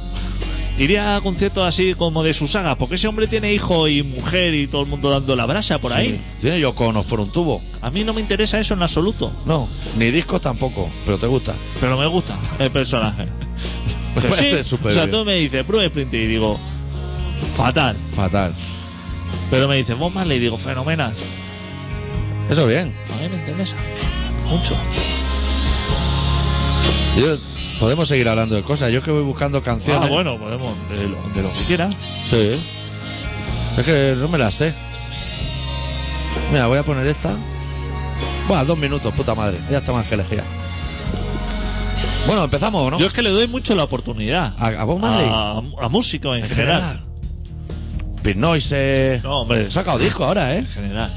[SPEAKER 2] Iría a conciertos así como de su saga, porque ese hombre tiene hijo y mujer y todo el mundo dando la brasa por
[SPEAKER 1] Sí.
[SPEAKER 2] ahí.
[SPEAKER 1] Tiene yo conos por un tubo.
[SPEAKER 2] A mí no me interesa eso en absoluto,
[SPEAKER 1] No, ni discos tampoco, pero te gusta.
[SPEAKER 2] pero me gusta el personaje.
[SPEAKER 1] Me
[SPEAKER 2] Que
[SPEAKER 1] Pues parece
[SPEAKER 2] sí,
[SPEAKER 1] súper
[SPEAKER 2] O sea,
[SPEAKER 1] bien.
[SPEAKER 2] tú me dices, Bruce Springsteen, y digo, fatal.
[SPEAKER 1] Fatal.
[SPEAKER 2] Pero me dices, vos más le digo, fenomenal.
[SPEAKER 1] Eso bien.
[SPEAKER 2] A mí me interesa mucho.
[SPEAKER 1] Yo- podemos seguir hablando de cosas. Yo es que voy buscando canciones.
[SPEAKER 2] Ah, bueno, podemos, de lo, de lo que quieras.
[SPEAKER 1] Sí. Es que no me las sé. Mira, voy a poner esta. Buah, dos minutos, puta madre. Ya está más que elegida. Bueno, empezamos, ¿o ¿no?
[SPEAKER 2] Yo es que le doy mucho la oportunidad
[SPEAKER 1] ¿A- a Bob Marley?
[SPEAKER 2] A, a músicos en general.
[SPEAKER 1] Pin Noise.
[SPEAKER 2] No, hombre,
[SPEAKER 1] He sacado disco ahora, ¿eh?
[SPEAKER 2] en general.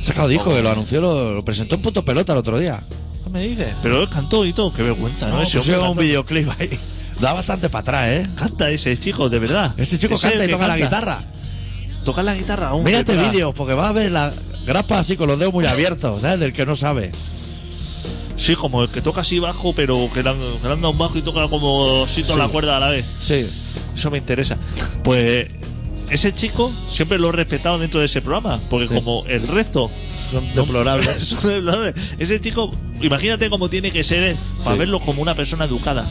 [SPEAKER 1] He sacado disco, que lo anunció, lo, lo presentó en punto pelota el otro día.
[SPEAKER 2] ¿Qué me dices? Pero él cantó y todo, qué vergüenza, ¿no? Ese hombre
[SPEAKER 1] pusieron pues un
[SPEAKER 2] cantó.
[SPEAKER 1] videoclip ahí. Da bastante para atrás, ¿eh?
[SPEAKER 2] Canta ese chico, de verdad.
[SPEAKER 1] Ese chico
[SPEAKER 2] Ese
[SPEAKER 1] canta
[SPEAKER 2] es
[SPEAKER 1] y
[SPEAKER 2] el que
[SPEAKER 1] toca la
[SPEAKER 2] canta.
[SPEAKER 1] guitarra.
[SPEAKER 2] Toca la guitarra aún.
[SPEAKER 1] Mira este
[SPEAKER 2] ¿verdad?
[SPEAKER 1] vídeo, porque vas a ver la grapa así con los dedos muy abiertos, ¿sabes? Del que no sabe.
[SPEAKER 2] Sí, como el que toca así bajo, pero que le han, que le han dado un bajo y toca como si toda
[SPEAKER 1] Sí.
[SPEAKER 2] la cuerda a la vez.
[SPEAKER 1] Sí.
[SPEAKER 2] Eso me interesa. Pues ese chico siempre lo he respetado dentro de ese programa, porque
[SPEAKER 1] Sí.
[SPEAKER 2] como el resto.
[SPEAKER 1] Son deplorables.
[SPEAKER 2] son deplorables, Ese chico, imagínate cómo tiene que ser él para
[SPEAKER 1] Sí.
[SPEAKER 2] verlo como una persona educada.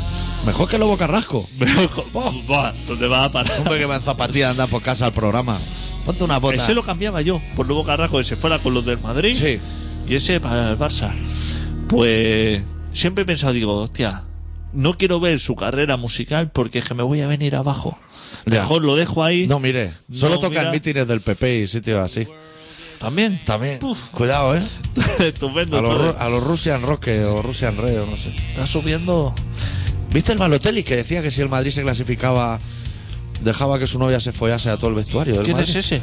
[SPEAKER 1] Mejor que Lobo Carrasco.
[SPEAKER 2] Pero, co- buah, ¿Dónde va a parar?
[SPEAKER 1] Hombre que va en zapatillas anda por casa al programa. Ponte una bota.
[SPEAKER 2] Ese lo cambiaba yo por Lobo Carrasco, que se fuera con los del Madrid.
[SPEAKER 1] Sí.
[SPEAKER 2] Y ese para el Barça. Pues siempre he pensado, digo, hostia, no quiero ver su carrera musical porque es que me voy a venir abajo.
[SPEAKER 1] Ya.
[SPEAKER 2] Mejor lo dejo ahí.
[SPEAKER 1] No, mire. Solo
[SPEAKER 2] No,
[SPEAKER 1] toca
[SPEAKER 2] mira.
[SPEAKER 1] en mítines del PP y sitios así.
[SPEAKER 2] También.
[SPEAKER 1] También.
[SPEAKER 2] Puf.
[SPEAKER 1] Cuidado, ¿eh?
[SPEAKER 2] Estupendo.
[SPEAKER 1] A los,
[SPEAKER 2] todo.
[SPEAKER 1] ru- a los Russian Rock o Russian Red o no sé.
[SPEAKER 2] Está subiendo.
[SPEAKER 1] ¿Viste el Balotelli que decía que si el Madrid se clasificaba, dejaba que su novia se follase a todo el vestuario del
[SPEAKER 2] ¿Quién
[SPEAKER 1] Madrid?
[SPEAKER 2] es ese?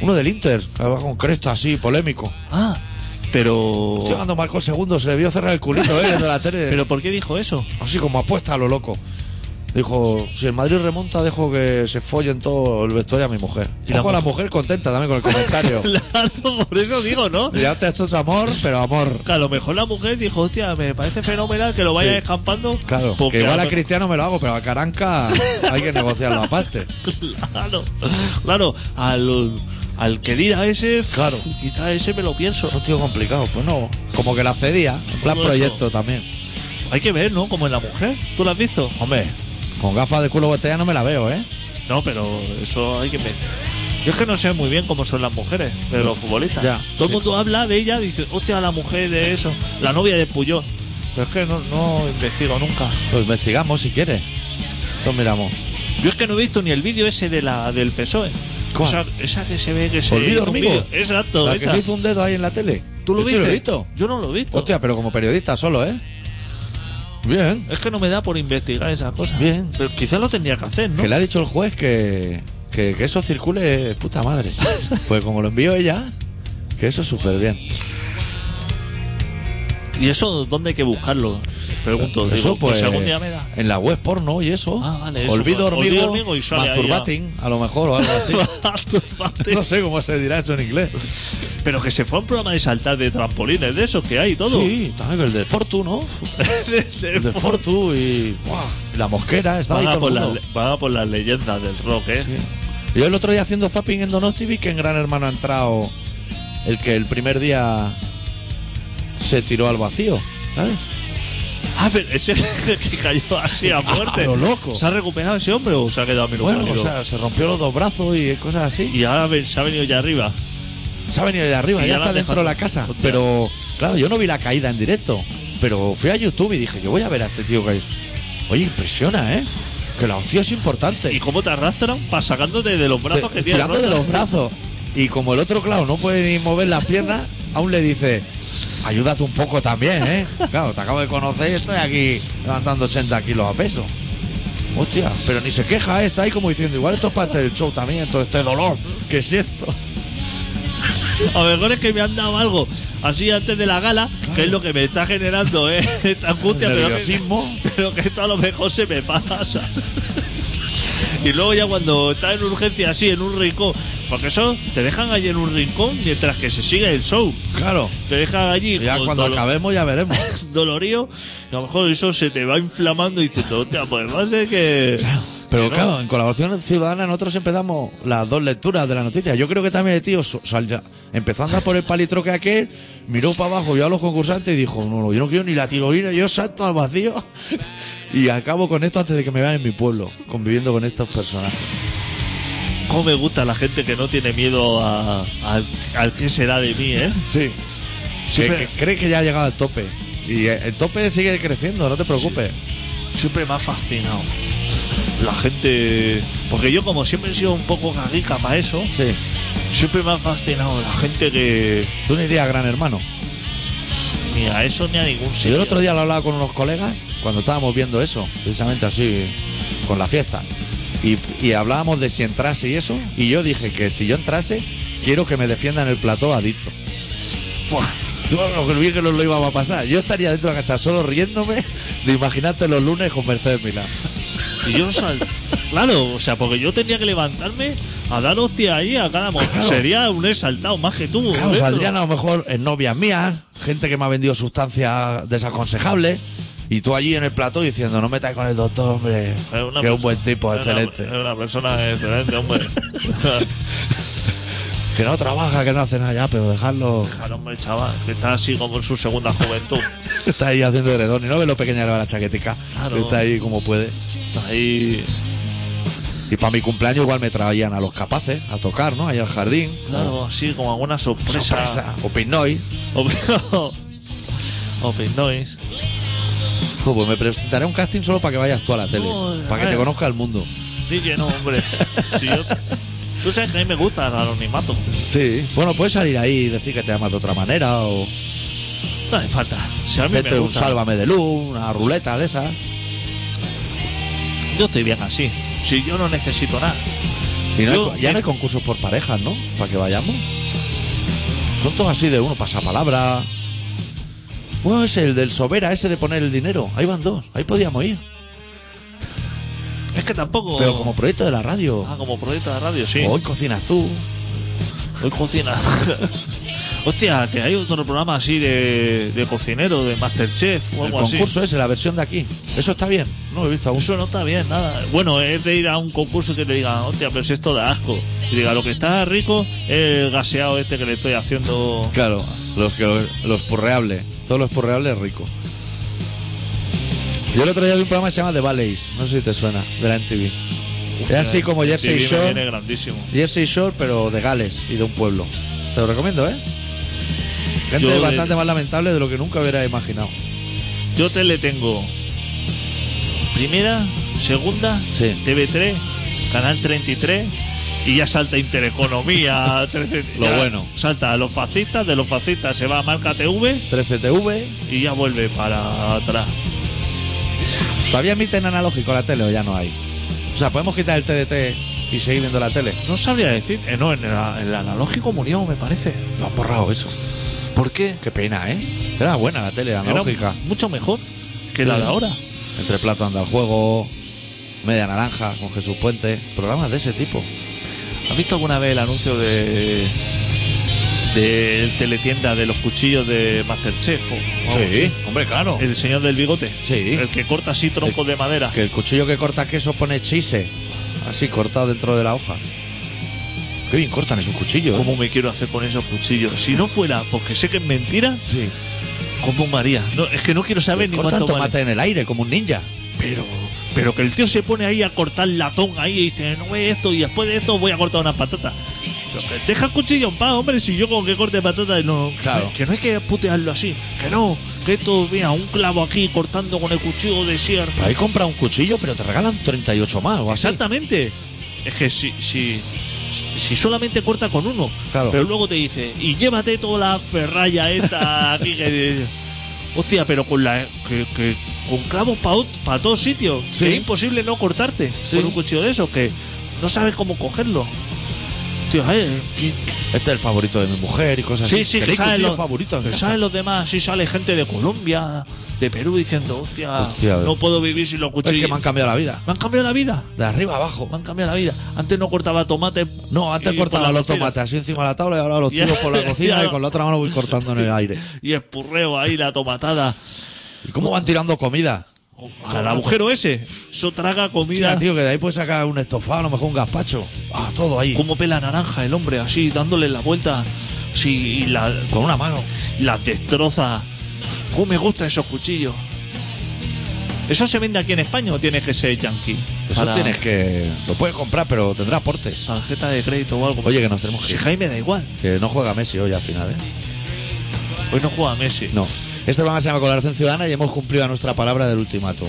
[SPEAKER 1] Uno del Inter, que va con cresta así, polémico.
[SPEAKER 2] Ah, pero.
[SPEAKER 1] Estoy cuando marcó el segundo, se le vio cerrar el culito, ¿eh? De la tele.
[SPEAKER 2] ¿Pero por qué dijo eso?
[SPEAKER 1] Así como apuesta a lo loco. Dijo, si el Madrid remonta, dejo que se follen todo el vestuario a mi mujer.
[SPEAKER 2] Y la
[SPEAKER 1] Ojo a la
[SPEAKER 2] mujer.
[SPEAKER 1] mujer contenta también con el comentario.
[SPEAKER 2] Claro, por eso digo, ¿no?
[SPEAKER 1] ya te esto es amor, pero amor.
[SPEAKER 2] Que a lo mejor la mujer dijo, hostia, me parece fenomenal que lo vaya
[SPEAKER 1] Sí.
[SPEAKER 2] escampando.
[SPEAKER 1] Claro,
[SPEAKER 2] porque
[SPEAKER 1] que igual a
[SPEAKER 2] lo-
[SPEAKER 1] Cristiano me lo hago, pero a Caranca hay que negociarlo aparte.
[SPEAKER 2] Claro, claro, al, al que diga ese,
[SPEAKER 1] Claro.
[SPEAKER 2] quizá ese me lo pienso.
[SPEAKER 1] Es un tío complicado, pues no. Como que la cedía, en plan
[SPEAKER 2] Todo
[SPEAKER 1] proyecto
[SPEAKER 2] eso.
[SPEAKER 1] también.
[SPEAKER 2] Hay que ver, ¿no? Como en la mujer, ¿tú lo has visto?
[SPEAKER 1] Hombre, con gafas de culo botella no me la veo, ¿eh?
[SPEAKER 2] No, pero eso hay que ver. Yo es que no sé muy bien cómo son las mujeres de los futbolistas.
[SPEAKER 1] Ya.
[SPEAKER 2] Todo el mundo habla de ella, dice, hostia, la mujer de eso, la novia de Puyol. Pero es que no, no investigo nunca.
[SPEAKER 1] Lo investigamos si quieres. Lo miramos.
[SPEAKER 2] Yo es que no he visto ni el vídeo ese de la del PSOE.
[SPEAKER 1] ¿Cuál?
[SPEAKER 2] E. Esa, esa que se ve que se...
[SPEAKER 1] Olvido
[SPEAKER 2] un
[SPEAKER 1] hormigo.
[SPEAKER 2] vídeo. Exacto,
[SPEAKER 1] La que
[SPEAKER 2] esa.
[SPEAKER 1] se hizo un dedo ahí en la tele.
[SPEAKER 2] ¿Tú lo
[SPEAKER 1] Yo sí
[SPEAKER 2] viste?
[SPEAKER 1] he visto.
[SPEAKER 2] Yo no lo he visto.
[SPEAKER 1] Hostia, pero como periodista solo, ¿eh? Bien.
[SPEAKER 2] Es que no me da por investigar esas cosas.
[SPEAKER 1] Bien.
[SPEAKER 2] Pero quizás lo tendría que hacer, ¿no?
[SPEAKER 1] Que le ha dicho el juez que, que, que eso circule, eh, puta madre. Pues como lo envió ella, que eso es súper bien.
[SPEAKER 2] ¿Y eso dónde hay que buscarlo? Pregunto.
[SPEAKER 1] eso
[SPEAKER 2] digo, pues, algún día me da.
[SPEAKER 1] En la web porno y eso.
[SPEAKER 2] Ah, vale, eso,
[SPEAKER 1] Olvido
[SPEAKER 2] pues,
[SPEAKER 1] hormigo,
[SPEAKER 2] olvido hormigo y sale ahí,
[SPEAKER 1] masturbating, a lo mejor, o algo así.
[SPEAKER 2] Masturbate.
[SPEAKER 1] no sé cómo se dirá eso en inglés.
[SPEAKER 2] Pero que se fue a un programa de saltar de trampolines, de esos que hay y todo.
[SPEAKER 1] Sí, también el de Fortu, ¿no?
[SPEAKER 2] De- de-
[SPEAKER 1] El de Fortu y. ¡buah! y la mosquera, estaba ahí
[SPEAKER 2] van, a
[SPEAKER 1] todo
[SPEAKER 2] por
[SPEAKER 1] el
[SPEAKER 2] las,
[SPEAKER 1] mundo.
[SPEAKER 2] le- van a por las leyendas del rock, ¿eh?
[SPEAKER 1] Yo el otro día haciendo zapping en Donosti vi que en Gran Hermano ha entrado el que el primer día se tiró al vacío, ¿sabes?
[SPEAKER 2] Ah, pero ese que cayó así a muerte.
[SPEAKER 1] Ah, lo loco.
[SPEAKER 2] ¿Se ha recuperado ese hombre o se ha quedado menos
[SPEAKER 1] Bueno, o
[SPEAKER 2] pálido?
[SPEAKER 1] sea, se rompió los dos brazos y cosas así.
[SPEAKER 2] Y ahora ve- se ha venido ya arriba.
[SPEAKER 1] Se ha venido de arriba,
[SPEAKER 2] Y
[SPEAKER 1] ya,
[SPEAKER 2] ya la
[SPEAKER 1] está
[SPEAKER 2] han
[SPEAKER 1] dentro de la
[SPEAKER 2] dejado.
[SPEAKER 1] casa.
[SPEAKER 2] Hostia.
[SPEAKER 1] Pero, claro, yo no vi la caída en directo. Pero fui a YouTube y dije, yo voy a ver a este tío caer. Oye, impresiona, ¿eh? Que la hostia es importante.
[SPEAKER 2] ¿Y cómo te arrastran? Para sacándote de los brazos
[SPEAKER 1] Te-
[SPEAKER 2] que tienes.
[SPEAKER 1] estirando de los brazos. Y como el otro, claro, no puede ni mover las piernas, aún le dice, ayúdate un poco también, ¿eh? Claro, te acabo de conocer y estoy aquí levantando 80 kilos a peso. Hostia, pero ni se queja, ¿eh? está ahí como diciendo, igual esto es parte del show también, todo este dolor. ¿Qué es esto?
[SPEAKER 2] A lo mejor es que me han dado algo así antes de la gala, que es lo que me está generando ¿eh? esta angustia, pero que,
[SPEAKER 1] Nerviosismo.
[SPEAKER 2] pero que esto a lo mejor se me pasa. Y luego ya cuando estás en urgencia así, en un rincón, porque eso te dejan allí en un rincón mientras que se sigue el show.
[SPEAKER 1] Claro,
[SPEAKER 2] Te dejan allí
[SPEAKER 1] ya
[SPEAKER 2] con
[SPEAKER 1] cuando
[SPEAKER 2] dolo-
[SPEAKER 1] acabemos ya veremos.
[SPEAKER 2] dolorío, y a lo mejor eso se te va inflamando y dices, hostia, pues va a ser que...
[SPEAKER 1] Pero
[SPEAKER 2] que no".
[SPEAKER 1] claro, en colaboración ciudadana nosotros siempre damos las dos lecturas de la noticia. Yo creo que también el tío, so- sal- empezando a por el palitroque aquel, miró para abajo, vio a los concursantes y dijo, no, no, yo no quiero ni la tirolina, yo salto al vacío y acabo con esto antes de que me vean en mi pueblo, conviviendo con estos personajes.
[SPEAKER 2] ¿Cómo me gusta la gente que no tiene miedo a, a- al que será de mí, eh?
[SPEAKER 1] Sí. Que,
[SPEAKER 2] Siempre-
[SPEAKER 1] que cree que ya ha llegado al tope. Y eh, el tope sigue creciendo, no te preocupes.
[SPEAKER 2] Siempre me ha fascinado. La gente. Porque yo, como siempre he sido un poco caguica para eso,
[SPEAKER 1] Sí.
[SPEAKER 2] siempre me ha fascinado la gente que.
[SPEAKER 1] Tú no irías a Gran Hermano.
[SPEAKER 2] Ni a eso ni a ningún
[SPEAKER 1] Sí,
[SPEAKER 2] sitio.
[SPEAKER 1] yo el otro día lo hablaba con unos colegas cuando estábamos viendo eso, precisamente así, con la fiesta. Y, y hablábamos de si entrase y eso. Y yo dije que si yo entrase, quiero que me defiendan el plató adicto.
[SPEAKER 2] Fua.
[SPEAKER 1] Tú no creí que no lo iba a pasar. Yo estaría dentro de la casa solo riéndome de imaginarte los lunes con Mercedes Milán.
[SPEAKER 2] Y yo sal- Claro, o sea, porque yo tenía que levantarme a dar hostia ahí a cada momento. Sería un exaltado más que tú.
[SPEAKER 1] Claro,
[SPEAKER 2] ¿eh?
[SPEAKER 1] saldrían a lo mejor en novias mías, gente que me ha vendido sustancias desaconsejables. Y tú allí en el plató diciendo, no metas con el doctor, hombre.
[SPEAKER 2] Es una
[SPEAKER 1] Que es un
[SPEAKER 2] perso-
[SPEAKER 1] buen tipo,
[SPEAKER 2] es Pues una-
[SPEAKER 1] Pues excelente.
[SPEAKER 2] es una persona excelente, hombre.
[SPEAKER 1] Que no trabaja, que no hace nada ya, pero dejarlo.
[SPEAKER 2] Claro, hombre, chaval, que está así como en su segunda juventud.
[SPEAKER 1] Está ahí haciendo heredón y no ve lo pequeña que va la chaquetica.
[SPEAKER 2] Claro.
[SPEAKER 1] Está ahí como puede.
[SPEAKER 2] Ahí.
[SPEAKER 1] Y para mi cumpleaños igual me traían a los capaces a tocar, ¿no? Ahí al jardín.
[SPEAKER 2] Claro, así como alguna
[SPEAKER 1] Sorpresa. O Pinoy.
[SPEAKER 2] O, o Pinois.
[SPEAKER 1] Jo, pues me presentaré un casting solo para que vayas tú a la tele.
[SPEAKER 2] Joder,
[SPEAKER 1] para que te
[SPEAKER 2] vaya.
[SPEAKER 1] conozca el mundo.
[SPEAKER 2] DJ no, hombre. Si yo- tú sabes que a mí me gusta el anonimato.
[SPEAKER 1] Sí. Bueno, puedes salir ahí y decir que te llamas de otra manera o
[SPEAKER 2] No hace falta. Si a mí
[SPEAKER 1] hacerte
[SPEAKER 2] me
[SPEAKER 1] un
[SPEAKER 2] gusta.
[SPEAKER 1] sálvame de luz, una ruleta de esas.
[SPEAKER 2] Yo estoy bien así. Si yo no necesito nada.
[SPEAKER 1] Y no hay
[SPEAKER 2] Yo-
[SPEAKER 1] co- ya no hay concursos por parejas, ¿no? Para que vayamos. Son todos así de uno, pasapalabra. Bueno, es el del Sobera, ese de poner el dinero. Ahí van dos, ahí podíamos ir.
[SPEAKER 2] Es que tampoco.
[SPEAKER 1] Pero como proyecto de la radio.
[SPEAKER 2] Oh.
[SPEAKER 1] pues
[SPEAKER 2] Ah, como proyecto de radio, sí.
[SPEAKER 1] Hoy cocinas tú.
[SPEAKER 2] Hoy cocina. Hostia, que hay otro programa así de, de cocinero, de Masterchef o
[SPEAKER 1] El
[SPEAKER 2] algo así.
[SPEAKER 1] concurso ese, la versión de aquí. Eso está bien. No lo he visto aún.
[SPEAKER 2] Eso no está bien, nada. Bueno, es de ir a un concurso que te diga, hostia, pero si esto da asco. Y diga, lo que está rico es el gaseado este que le estoy haciendo.
[SPEAKER 1] Claro, los que los porreables. Todos los porreables ricos. Yo el otro día vi un programa que se llama The Valleys. No sé si te suena, de la MTV. Es así como Jersey
[SPEAKER 2] Sí, me
[SPEAKER 1] Shore.
[SPEAKER 2] viene grandísimo.
[SPEAKER 1] Jersey Shore, pero de Gales y de un pueblo. Te lo recomiendo, ¿eh? Gente
[SPEAKER 2] Yo de-
[SPEAKER 1] bastante más lamentable de lo que nunca hubiera imaginado.
[SPEAKER 2] Yo te le tengo primera, segunda,
[SPEAKER 1] Sí.
[SPEAKER 2] TV3, Canal 33 y ya salta Intereconomía. 13,
[SPEAKER 1] Lo
[SPEAKER 2] ya
[SPEAKER 1] bueno.
[SPEAKER 2] Salta a los fascistas, de los fascistas se va a Marca TV
[SPEAKER 1] 13TV.
[SPEAKER 2] y ya vuelve para atrás.
[SPEAKER 1] ¿Todavía emiten analógico la tele o ya no hay? O sea, ¿podemos quitar el TDT y seguir viendo la tele?
[SPEAKER 2] No sabría decir, eh, no, en el, en el analógico murió, me parece.
[SPEAKER 1] Lo han borrado eso.
[SPEAKER 2] ¿Por qué?
[SPEAKER 1] Qué pena, ¿eh? Era buena la tele
[SPEAKER 2] Era
[SPEAKER 1] analógica.
[SPEAKER 2] mucho mejor que la de ahora.
[SPEAKER 1] Entre plato anda el juego, media naranja con Jesús Puente. Programas de ese tipo.
[SPEAKER 2] ¿Has visto alguna vez el anuncio de del teletienda de los cuchillos de Masterchef? o- o-
[SPEAKER 1] hombre, claro.
[SPEAKER 2] El señor del bigote.
[SPEAKER 1] Sí.
[SPEAKER 2] El que corta así troncos de madera.
[SPEAKER 1] Que el cuchillo que corta queso pone chise. Así cortado dentro de la hoja. Qué bien cortan esos cuchillos. ¿eh?
[SPEAKER 2] ¿Cómo me quiero hacer con esos cuchillos? Si no fuera, porque sé que es mentira,
[SPEAKER 1] Sí.
[SPEAKER 2] ¿Cómo María? No, es que no quiero saber ni
[SPEAKER 1] Cortan
[SPEAKER 2] cuánto María.
[SPEAKER 1] tomate en el aire como un ninja.
[SPEAKER 2] Pero, pero que el tío se pone ahí a cortar latón ahí y dice, no ve esto y después de esto voy a cortar unas patatas. Pero que deja el cuchillo en paz, hombre, si yo con que corte patatas no.
[SPEAKER 1] Claro.
[SPEAKER 2] Que no hay que putearlo así. Que no, que esto, mira, un clavo aquí cortando con el cuchillo de sierra.
[SPEAKER 1] Pues Ahí compra un cuchillo, pero te regalan 38 más o así.
[SPEAKER 2] Exactamente. Es que si, si, si solamente corta con uno,
[SPEAKER 1] Claro.
[SPEAKER 2] pero luego te dice, y llévate toda la ferralla esta aquí que. Hostia, pero con la que, que- con clavos para todos sitios.
[SPEAKER 1] Sí.
[SPEAKER 2] que Es imposible no cortarte
[SPEAKER 1] Sí.
[SPEAKER 2] con un cuchillo de esos, que no sabes cómo cogerlo. Tío, eh, que-
[SPEAKER 1] Este es el favorito de mi mujer y cosas
[SPEAKER 2] sí,
[SPEAKER 1] así.
[SPEAKER 2] sí, que
[SPEAKER 1] ¿Tenéis
[SPEAKER 2] salen
[SPEAKER 1] cuchillos
[SPEAKER 2] los,
[SPEAKER 1] favoritos en
[SPEAKER 2] que
[SPEAKER 1] casa?
[SPEAKER 2] salen los demás, sí sale gente de Colombia, de Perú diciendo, hostia,
[SPEAKER 1] Hostia,
[SPEAKER 2] no puedo vivir sin los
[SPEAKER 1] Es
[SPEAKER 2] cuchillos.
[SPEAKER 1] que me han cambiado la vida.
[SPEAKER 2] me han cambiado la vida.
[SPEAKER 1] De arriba abajo.
[SPEAKER 2] Me han cambiado la vida. Antes no cortaba tomate.
[SPEAKER 1] No, antes
[SPEAKER 2] y
[SPEAKER 1] cortaba
[SPEAKER 2] por la
[SPEAKER 1] los
[SPEAKER 2] cocina.
[SPEAKER 1] tomates así encima de la tabla y ahora los
[SPEAKER 2] Ya,
[SPEAKER 1] tiro por la cocina
[SPEAKER 2] ya.
[SPEAKER 1] y con la otra mano voy cortando en el aire.
[SPEAKER 2] Y espurreo ahí la tomatada.
[SPEAKER 1] ¿Y cómo van tirando comida?
[SPEAKER 2] Al agujero ese. Eso traga comida.
[SPEAKER 1] Mira, tío, que de ahí puedes sacar un estofado, a lo mejor un gazpacho. Ah, todo ahí.
[SPEAKER 2] Como pela naranja el hombre, así, dándole la vuelta. Sí, y la, con una mano. Las destroza. ¿Cómo Uh, me gustan esos cuchillos? ¿Eso se vende aquí en España o tienes que ser yankee?
[SPEAKER 1] Eso
[SPEAKER 2] Para
[SPEAKER 1] tienes que. Lo puedes comprar, pero tendrá aportes.
[SPEAKER 2] Tarjeta de crédito o algo.
[SPEAKER 1] Oye, que nos tenemos que
[SPEAKER 2] Si
[SPEAKER 1] ir.
[SPEAKER 2] Jaime da igual.
[SPEAKER 1] Que no juega Messi hoy al final, ¿eh?
[SPEAKER 2] Hoy no juega Messi.
[SPEAKER 1] No. Este programa se llama Colaboración Ciudadana y hemos cumplido a nuestra palabra del ultimátum.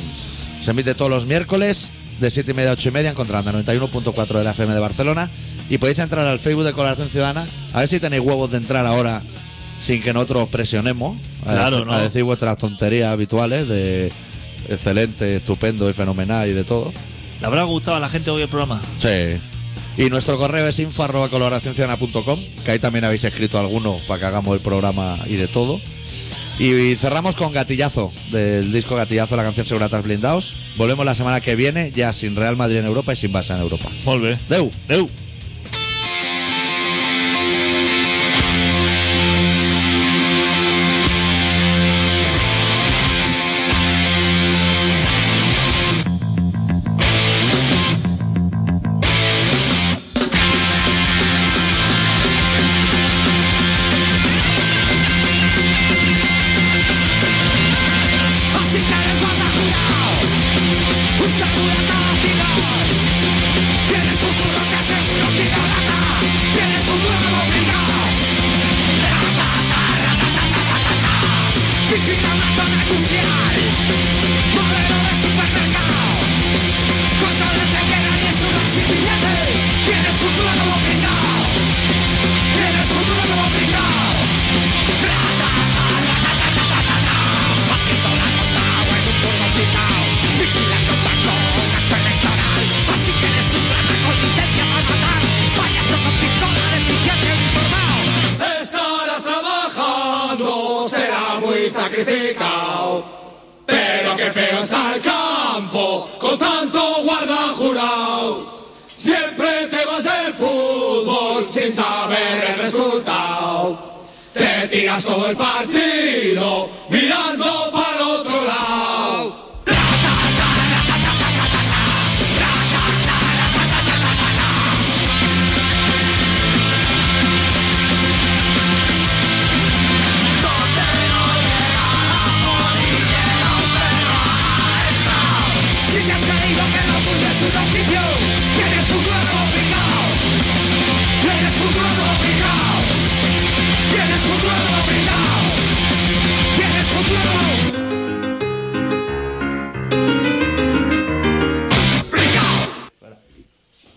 [SPEAKER 1] Se emite todos los miércoles de 7 y media a 8 y media en Contralanda 91.4 de la FM de Barcelona. Y podéis entrar al Facebook de Colaboración Ciudadana. A ver si tenéis huevos de entrar ahora sin que nosotros os presionemos. A,
[SPEAKER 2] Claro,
[SPEAKER 1] dec-
[SPEAKER 2] ¿no?
[SPEAKER 1] a decir vuestras tonterías habituales de excelente, estupendo y fenomenal y de todo.
[SPEAKER 2] ¿Le habrá gustado a la gente hoy el programa?
[SPEAKER 1] Sí. Y nuestro correo es info arroba colaboracionciudadana.com, que ahí también habéis escrito algunos para que hagamos el programa y de todo. Y cerramos con Gatillazo, del disco Gatillazo, la canción Seguratas Blindaos. Volvemos la semana que viene, ya sin Real Madrid en Europa y sin Barça en Europa.
[SPEAKER 2] Volve.
[SPEAKER 1] Deu.
[SPEAKER 2] Deu.
[SPEAKER 7] Estarás trabajando, será muy sacrificado. Pero qué feo está el campo con tanto guarda jurado. Siempre te vas del fútbol sin saber el resultado. Te tiras todo el partido mirando para el otro lado.